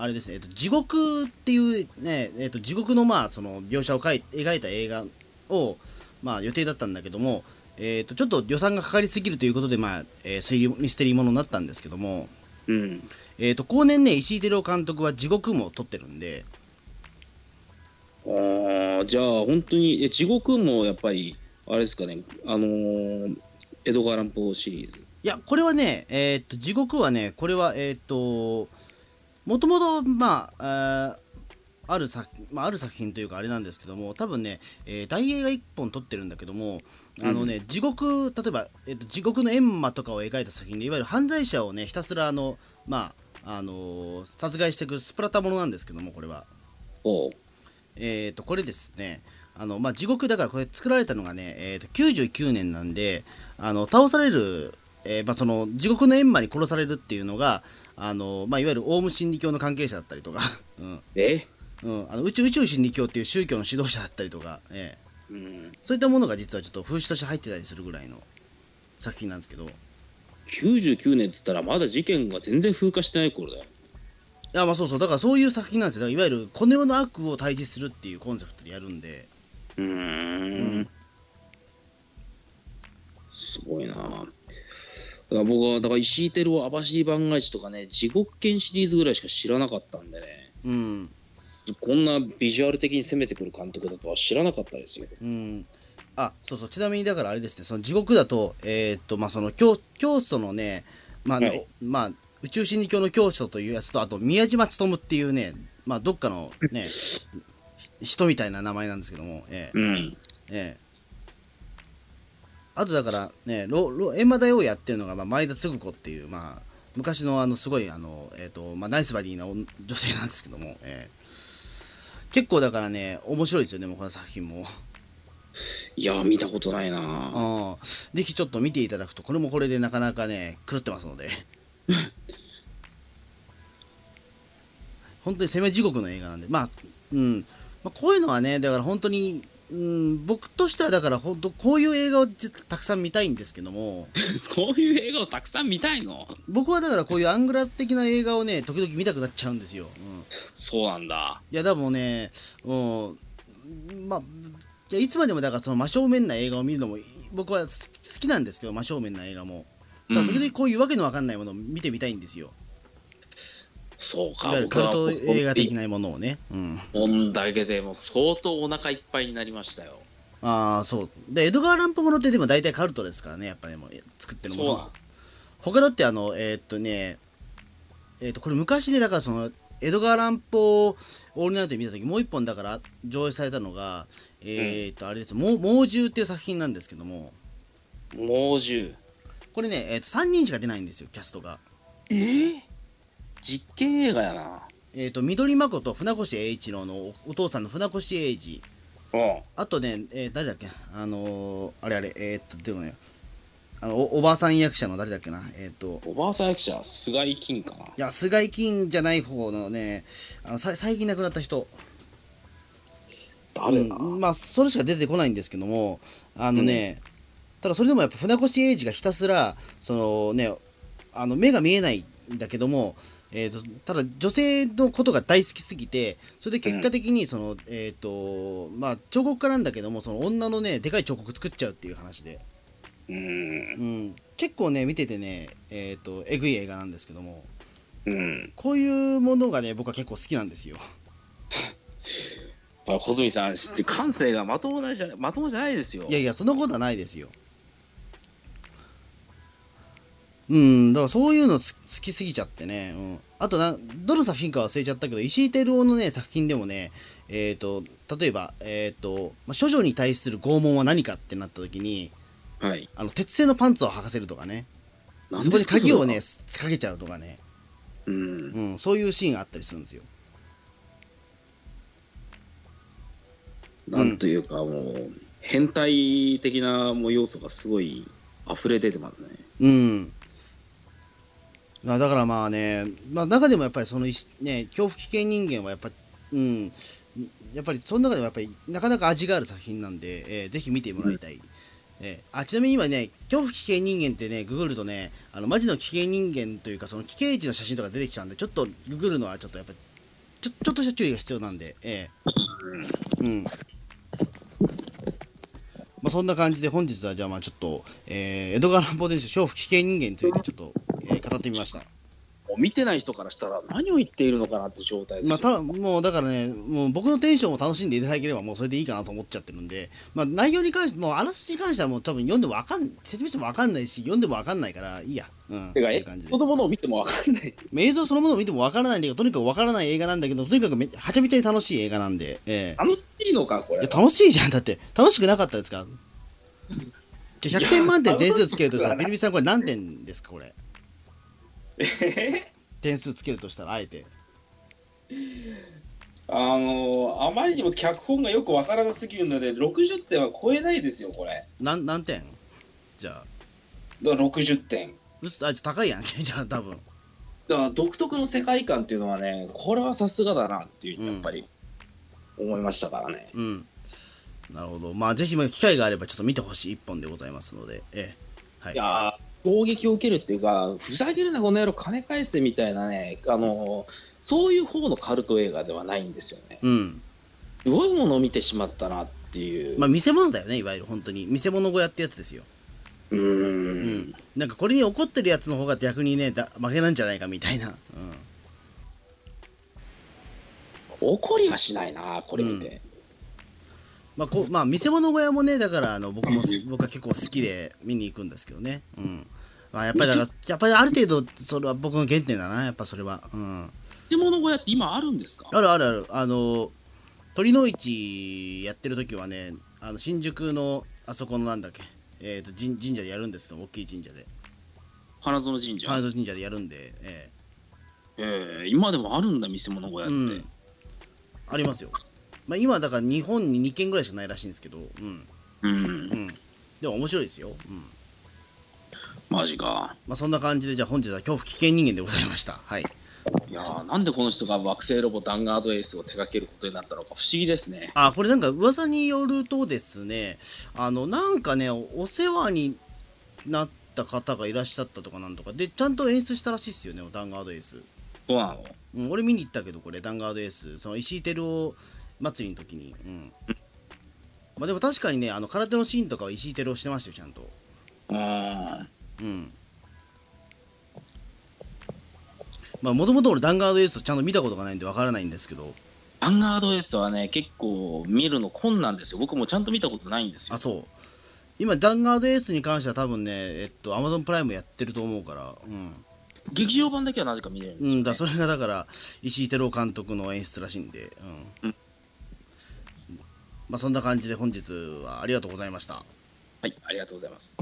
[SPEAKER 2] あれですね、えーっと地獄っていう、ねえーっと地獄の,、まあその描写を描い描いた映画を、まあ、予定だったんだけども、えーっとちょっと予算がかかりすぎるということで、まあえー推理ミステリーものになったんですけども、
[SPEAKER 3] うん。
[SPEAKER 2] えーっと後年ね石井照夫監督は地獄も撮ってるんで。
[SPEAKER 3] ああ、じゃあ本当にえ地獄もやっぱりあれですかね。あのー、江戸川乱歩シリーズ。
[SPEAKER 2] いや、これはね、えーっと、地獄はね、これは、えーっと、もともと、まあ、あーある作、まあ、ある作品というか、あれなんですけども、多分ね、えー大映が1本撮ってるんだけども、あのね、地獄、例えば、えーっと、地獄の閻魔とかを描いた作品で、いわゆる犯罪者をね、ひたすら、あの、まあ、あのー殺害していくスプラタものなんですけども、これは。
[SPEAKER 3] おう。
[SPEAKER 2] えー、とこれですねあの、まあ、地獄だからこれ作られたのがね、えー、と99年なんであの倒される、えーまあ、その地獄の閻魔に殺されるっていうのがあの、まあ、いわゆるオウム真理教の関係者だったりとか、 うん
[SPEAKER 3] え？
[SPEAKER 2] うん、あの宇宙宇宙真理教っていう宗教の指導者だったりとか、ええ
[SPEAKER 3] うん。
[SPEAKER 2] そういったものが実はちょっと風刺として入ってたりするぐらいの作品なんですけどい
[SPEAKER 3] 99年っつったらまだ事件が全然風化してない頃だよ。
[SPEAKER 2] やまあそうそうだからそういう作品なんですよだからいわゆるこの世の悪を退治するっていうコンセプトでやるんで。
[SPEAKER 3] うーん。すごいな。だから僕はだから石井照夫網走番外地とかね地獄犬シリーズぐらいしか知らなかったんでね。
[SPEAKER 2] うん
[SPEAKER 3] こんなビジュアル的に攻めてくる監督だとは知らなかったですよ。
[SPEAKER 2] うん、あそうそうちなみにだからあれですねその地獄だとえーっとまあその教教祖のねまあ、
[SPEAKER 3] はい
[SPEAKER 2] まあ宇宙真理教の教祖というやつとあと宮島勉っていうねまあどっかのねひ人みたいな名前なんですけどもええ
[SPEAKER 3] うん。
[SPEAKER 2] ええあとだからねロロ閻魔大王やってるのが、まあ、前田嗣子っていうまあ昔のあのすごいあの、えーっとまあ、ナイスバディな女女性なんですけども、ええ結構だからね面白いですよねもうこの作品も。
[SPEAKER 3] いや見たことない
[SPEAKER 2] う
[SPEAKER 3] な。
[SPEAKER 2] んぜひちょっと見ていただくとこれもこれでなかなかね狂ってますので本当に攻め地獄の映画なんでまあうん、まあこういうのはねだから本当に、うん、僕としてはだから本当こういう映画を実はたくさん見たいんですけども
[SPEAKER 3] そういう映画をたくさん見たいの
[SPEAKER 2] 僕はだからこういうアングラ的な映画をね時々見たくなっちゃうんですよ、うん、い
[SPEAKER 3] そうなんだ。
[SPEAKER 2] やでもねうんまあいやいつまでもだからその真正面な映画を見るのもい僕は好き好きなんですけど真正面な映画も
[SPEAKER 3] う
[SPEAKER 2] だから時
[SPEAKER 3] ん、
[SPEAKER 2] 々こういうわけのわかんないものを見てみたいんですよ。
[SPEAKER 3] そう
[SPEAKER 2] い
[SPEAKER 3] か
[SPEAKER 2] わゆ、る
[SPEAKER 3] 僕
[SPEAKER 2] カル
[SPEAKER 3] は
[SPEAKER 2] ト映画的
[SPEAKER 3] な。
[SPEAKER 2] なものをね。うん、
[SPEAKER 3] 本だけでも相当お腹いっぱいになりましたよ。
[SPEAKER 2] ああそう。で江戸川乱歩ものってでも大体カルトですからねやっぱりもう作ってるもの
[SPEAKER 3] そうな
[SPEAKER 2] は。他だってあのえーっとねえーっとこれ昔ねだからその江戸川乱歩をオールナイトで見た時もう一本だから上映されたのがえーっと、あれです「猛猛獣」っていう作品なんですけども
[SPEAKER 3] の猛獣。
[SPEAKER 2] これね、えーっと3人しか出ないんですよキャストが。
[SPEAKER 3] え実験映画やな。
[SPEAKER 2] えーっと緑真子と船越英一郎のおお父さんの船越英二。
[SPEAKER 3] うん。
[SPEAKER 2] あとね、えー誰だっけあのーあれあれ、えーっと、でもね、あのおおばあさん役者の誰だっけなえーっと、
[SPEAKER 3] おばあさん役者、菅井金かな。
[SPEAKER 2] いや、菅井金じゃない方のね、あのさ最近亡くなった人、
[SPEAKER 3] 誰だ、
[SPEAKER 2] うんまあ、それしか出てこないんですけども、あのね、ただそれでもやっぱ船越英二がひたすら、そのね、あの目が見えないんだけども、えー、とただ女性のことが大好きすぎてそれで結果的にその、えっ、とまあ彫刻家なんだけどもその女のねでかい彫刻作っちゃうっていう話で
[SPEAKER 3] うん。
[SPEAKER 2] うん、結構ね見ててねえっ、とえぐい映画なんですけども
[SPEAKER 3] うん。やっ
[SPEAKER 2] こういうものがね僕は結構好きなんですよ
[SPEAKER 3] ぱり小泉さん、感性がまともないじゃまともじゃないですよ。
[SPEAKER 2] いやいやそんなことはないですようんだからそういうのす好きすぎちゃってね、うん、あとなどの作品か忘れちゃったけど石井照夫のね作品でもねえっ、と例えばえっ、と、まあ、処女に対する拷問は何かってなった時に
[SPEAKER 3] はい。
[SPEAKER 2] あの鉄製のパンツを履かせるとかね
[SPEAKER 3] なん
[SPEAKER 2] そこ
[SPEAKER 3] で
[SPEAKER 2] に
[SPEAKER 3] すか
[SPEAKER 2] 鍵をね。かけちゃうとかね、
[SPEAKER 3] それはうん。
[SPEAKER 2] うん、そういうシーンがあったりするんですよ
[SPEAKER 3] なんというか、もう変態的なもう要素がすごい溢れ出てますね。
[SPEAKER 2] うん。まあ、だからまあね、まあ、中でもやっぱりその石、ね、恐怖危険人間はやっぱ、うん、やっぱりその中でもやっぱりなかなか味がある作品なんで、えーぜひ見てもらいたいええあちなみに今ね、恐怖危険人間ってね、ググるとね、あのマジの危険人間というか、その危険値の写真とか出てきちゃうんで、ちょっとググるのはちょっとやっぱちょちょっとした注意が必要なんで、ええうん。まあ、そんな感じで本日はじゃあまあちょっと、えー、江戸川乱歩伝説恐怖危険人間についてちょっと、えー語ってみました。
[SPEAKER 3] もう見てない人からしたら何を言っているのかなって状態です
[SPEAKER 2] ま
[SPEAKER 3] よ
[SPEAKER 2] あ、ただもうだからね、もう僕のテンションを楽しんでいただければ、もうそれでいいかなと思っちゃってるんで、まあ、内容に関して、もうあらすじに関しては、もう多分読んでもわかん、説明してもわかんないし、読んでもわかんないから、いいや、うん、
[SPEAKER 3] てか
[SPEAKER 2] ってい
[SPEAKER 3] え
[SPEAKER 2] う感じで
[SPEAKER 3] 子供のを見ても分かんない
[SPEAKER 2] まあ映像そのものを見てもわからないんだけど、とにかくわからない映画なんだけど、とにかくめはちゃめちゃに楽しい映画なんで、ええ
[SPEAKER 3] 楽しいのかこ
[SPEAKER 2] い
[SPEAKER 3] れ
[SPEAKER 2] や楽しいじゃん、だって、楽しくなかったです かじゃあ100点満点点数つけるとしたら、ビルビルさん、これ何点ですか、これ、点数つけるとしたら、あえて。
[SPEAKER 3] あのーあまりにも脚本がよく分からなすぎるので60点は超えないですよこれ
[SPEAKER 2] なん何点じゃあ、
[SPEAKER 3] だから60点
[SPEAKER 2] うっすあじゃあ高いやん け、じゃあ、多分
[SPEAKER 3] だから独特の世界観っていうのはねこれはさすがだなっていうやっぱり思いましたからね、
[SPEAKER 2] うん。なるほど。まあ、ぜひ、まあ機会があれば、ちょっと見てほしい一本でございますので、ええ。はい。
[SPEAKER 3] いやー攻撃を受けるっていうかふざけるなこの野郎金返せみたいなねあのーそういう方のカルト映画ではないんですよね
[SPEAKER 2] うん。
[SPEAKER 3] すごいものを見てしまったなっていう、
[SPEAKER 2] まあ、見せ物だよね、いわゆる、本当に。見せ物小屋ってやつですよ。
[SPEAKER 3] う
[SPEAKER 2] う
[SPEAKER 3] ーん
[SPEAKER 2] ん。なんか、これに怒ってるやつの方が逆にね、だ負けなんじゃないかみたいな。うん。
[SPEAKER 3] 怒りはしないなこれ見て、
[SPEAKER 2] まあ、こうまあ見せ物小屋もねだからあの僕もす僕は結構好きで見に行くんですけどね、うんまあ、やっぱりだからやっぱりある程度それは僕の原点だなやっぱそれは、うん、
[SPEAKER 3] 建物小屋って今あるんですか
[SPEAKER 2] あるあるあるあの鳥の市やってる時はねあの新宿のあそこのなんだっけえー、と神神社でやるんですよ大きい神社で
[SPEAKER 3] 花園神社、
[SPEAKER 2] 金戸神社でやるんで、え
[SPEAKER 3] ええ今でもあるんだ見せ物小屋
[SPEAKER 2] え
[SPEAKER 3] って、
[SPEAKER 2] うん、ありますよ、まあ、今だから日本に2軒ぐらいしかないらしいんですけど、うん
[SPEAKER 3] うん
[SPEAKER 2] うん、でも面白いですよ、うん
[SPEAKER 3] マジか。
[SPEAKER 2] まあ、そんな感じで、じゃあ本日は恐怖危険人間でございました。はい。
[SPEAKER 3] いやーなんでこの人が惑星ロボダンガードエースを手掛けることになったのか不思議ですね。
[SPEAKER 2] あ、これなんか噂によるとですね、あの、なんかね、おお世話になった方がいらっしゃったとかなんとか、で、ちゃんと演出したらしいっすよね、ダンガードエース。
[SPEAKER 3] どうなの
[SPEAKER 2] うん、俺見に行ったけど、これ、ダンガードエース、その石井照夫祭りの時に。うん。まあでも確かにね、あの空手のシーンとかは石井照夫してましたよ、ちゃんと。
[SPEAKER 3] うーん。
[SPEAKER 2] うん。まあ、もともと俺、ダンガードエースをちゃんと見たことがないんでわからないんですけど、
[SPEAKER 3] ダンガードエースはね、結構見るの困難ですよ。僕もちゃんと見たことないんです
[SPEAKER 2] あ
[SPEAKER 3] よ。
[SPEAKER 2] そう今ダンガードエースに関しては多分ねえっとアマゾンプライムやってると思うからうん、
[SPEAKER 3] 劇場版だけはなぜか見れるんで
[SPEAKER 2] う
[SPEAKER 3] すよ、ね
[SPEAKER 2] ん、だそれがだから石井照夫監督の演出らしいんでうん、
[SPEAKER 3] うん
[SPEAKER 2] まあそんな感じで本日はありがとうございました
[SPEAKER 3] はい、ありがとうございます。